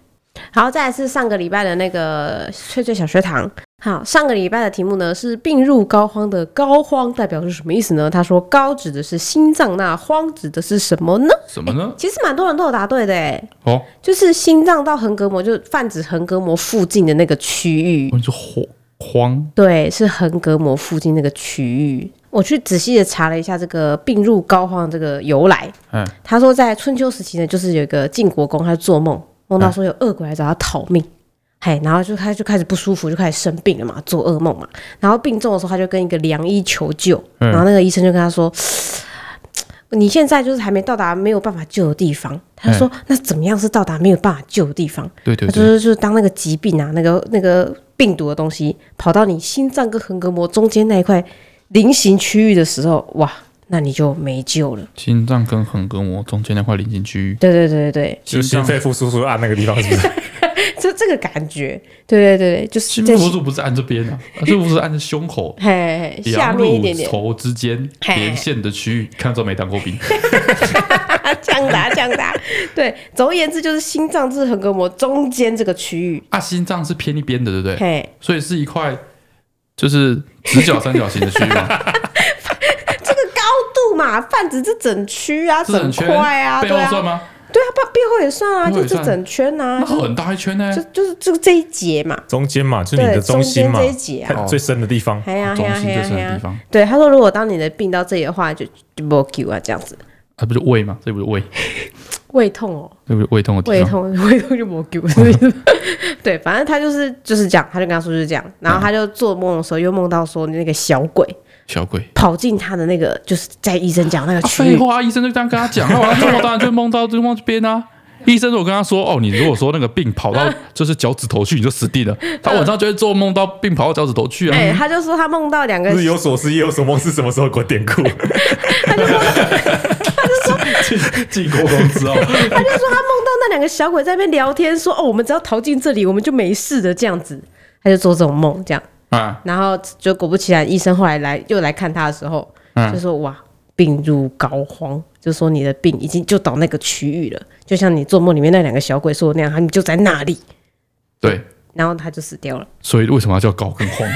好，再来是上个礼拜的那个翠翠小学堂。好，上个礼拜的题目呢是病入膏肓的膏肓代表是什么意思呢？他说膏指的是心脏，那肓指的是什么呢？什么呢？其实蛮多人都有答对的哎，哦，就是心脏到横膈膜，就是泛指横膈膜附近的那个区域。我就慌慌，对，是横膈膜附近那个区域。我去仔细的查了一下这个病入膏肓的这个由来。嗯，他说在春秋时期呢，就是有一个晋国公，他做梦梦到说有恶鬼来找他讨命，嘿，然后就他就开始不舒服，就开始生病了嘛，做噩梦嘛。然后病重的时候，他就跟一个良医求救，然后那个医生就跟他说。 你现在就是还没到达没有办法救的地方，他就说、那怎么样是到达没有办法救的地方？对对它就对，是就是当那个疾病啊，那个那个病毒的东西跑到你心脏跟横膈膜中间那一块菱形区域的时候，哇，那你就没救了。心脏跟横膈膜中间那块邻近区域，对对对对就心心肺肺复苏术按那个地方是不 是？对，这这个感觉，对对对对，就是心在。肺复苏不是按这边啊，啊这不是按着胸口嘿嘿嘿 下两面一乳点 点，头之间嘿连线的区域，看到没当过兵，这样打这样打。对，总而言之就是心脏至横膈膜中间这个区域，啊，心脏是偏一边的，对不对？嘿，所以是一块就是直角三角形的区 域嘛，这个高度嘛，泛指这整区啊，是整整圈块啊，背对后啊，算吗？对啊，背背后也算啊，背后就也这算整圈啊那，很大一圈呢就，就是就这一节嘛。中间嘛，就是你对，的中心间嘛这，一节啊，最深的地方。哎呀中哎呀心哎哦最呀深哎的地呀！方，对，他说如果当你的病到这里的话，就就没救啊，这样子，啊，不是胃吗？这不是胃，胃痛哦，这不是胃痛的地胃方。痛，胃痛就没救，是不是 对，反正他就是就是这样，他就跟他说就是这样，然后他就做梦的时候又梦到说那个小鬼小鬼，跑进他的那个就是在医生讲那个啊区废域，话，医生就这样跟他讲，那我要做梦当然就梦到就梦这 边啊。医生如果跟他说，哦，你如果说那个病跑到就是脚趾头去，你就死 定了。他晚上就会做梦到病跑到脚趾头去啊。哎、他就说他梦到两个，日有所思，夜有所梦是什么时候给我典故？进国公之后，他就说他梦到那两个小鬼在那边聊天，说哦，我们只要逃进这里，我们就没事的这样子，他就做这种梦这样。 啊，然后就果不其然，医生后来来又来看他的时候，就说哇，病入膏肓，就说你的病已经就到那个区域了，就像你做梦里面那两个小鬼说的那样，他们就在那里，对，然后他就死掉了。 所以为什么要叫高跟荒？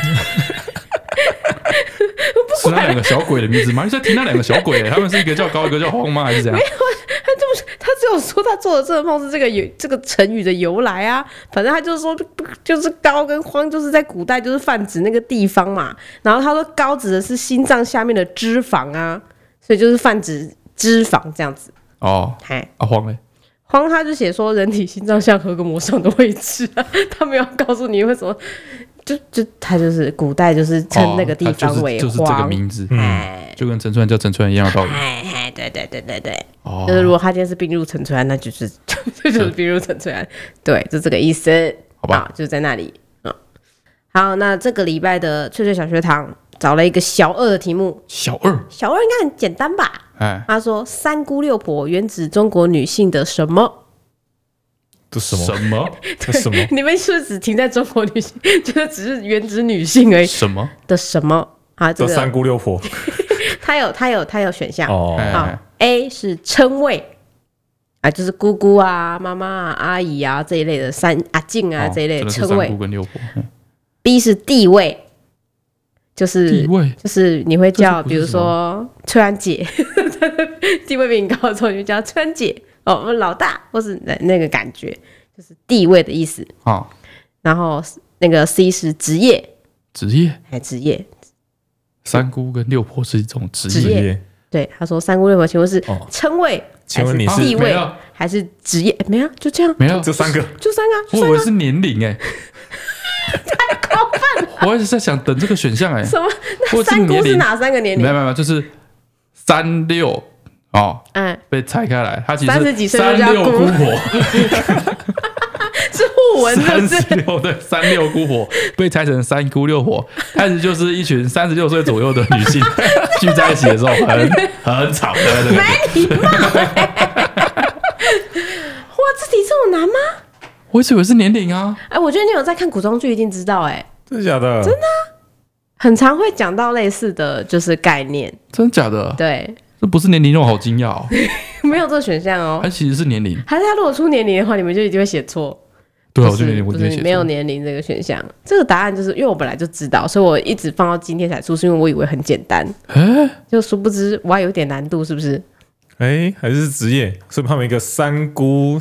是那两个小鬼的名字吗？你在提那两个小鬼、他们是一个叫高，一个叫荒吗？还是怎样？他就是他只有说他做的这个梦是这个由 这个成语的由来啊，反正他就是说就是高跟荒就是在古代就是泛指那个地方嘛，然后他说高指的是心脏下面的脂肪啊，所以就是泛指脂肪这样子。哦，嘿，啊荒嘞，荒他就写说人体心脏像合格膜上的位置啊， 他没有告诉你为什么，就就他就是古代就是称那个地方为哦就是，就是这个荒。名字，嗯哎就跟陈川叫陈川一样的 道理。哎哎，对对对对对。哦就，是如果他今天是病入陈村，那就是 这就是病入陈村，对，就这个意思。啊好吧就是在那里。嗯，好，那这个礼拜的翠翠小学堂找了一个小二的题目，小二，小二应该很简单吧？哎，他说：“三姑六婆原指中国女性的什么这什么？什么 这什么？？”你们是不是只停在中国女性，就是只是原指女性而已什么？的什么？啊，这这三个姑六婆他有他有他有选项哦，哎好 A 是称谓啊，就是姑姑啊、妈妈啊、阿姨啊这一类的三阿静啊哦这一类的真的是称三谓姑。跟六婆，嗯 B 是地位，就是地位就是你会叫，这是不比是如说翠安姐， 地位比你高的时候，你就叫翠安姐哦，老大，或是那那个感觉，就是地位的意思。啊，然后那个 C 是职业，职业，哎，职业，三姑跟六婆是一种职职业。业耶对，他说三姑六婆，请问是哦称谓，请问你还是地没位有，还是职业？哎没有，就这样，没有，这三个就三个啊，就三我以个为啊。是年 龄哎，太过分 了！我一直在想等这个选项哎，什么？那我以为是三姑年是龄哪三个年没龄？有没有没有，就是三六哦，嗯，被拆开来，它其实30几岁三就叫六姑姑婆，是互文是不三是？十六对三六 姑婆被拆成三姑六婆，开始就是一群三十六岁左右的女 性聚在一起的时候很很吵的那个。没礼貌、 哇，这题这么难吗？我一直以为是年龄啊，哎、我觉得你有在看古装剧，一定知道、哎，真的假的？真的很常会讲到类似的就是概念。真假的？对， 这不是年龄让我好惊讶哦，没有这个选项哦它。其实是年龄。还是他如果出年龄的话，你们就一定会写错。对啊，不我是就年龄我不就没是写没有错。年龄这个选项。这个答案就是因为我本来就知道，所以我一直放到今天才出，是因为我以为很简单，哎，就殊不知我还有点难度，是不 是？哎，还是职业？所以他们一个三姑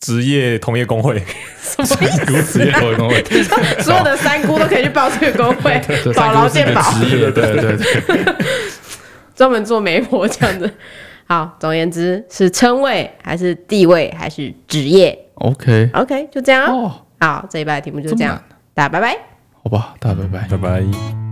职业同业工会， 什么意思？如此也有人会。所有的三姑都可以去报这个工会 这，保三劳姑是一健个保。职业，对对对。专门做媒婆这样子。好，总而言之是称谓还是地位还是职业 OK， ？OK，就这样哦。哦，好，这一拜的题目就这这么样，大家拜拜。好吧，大家拜拜。拜拜。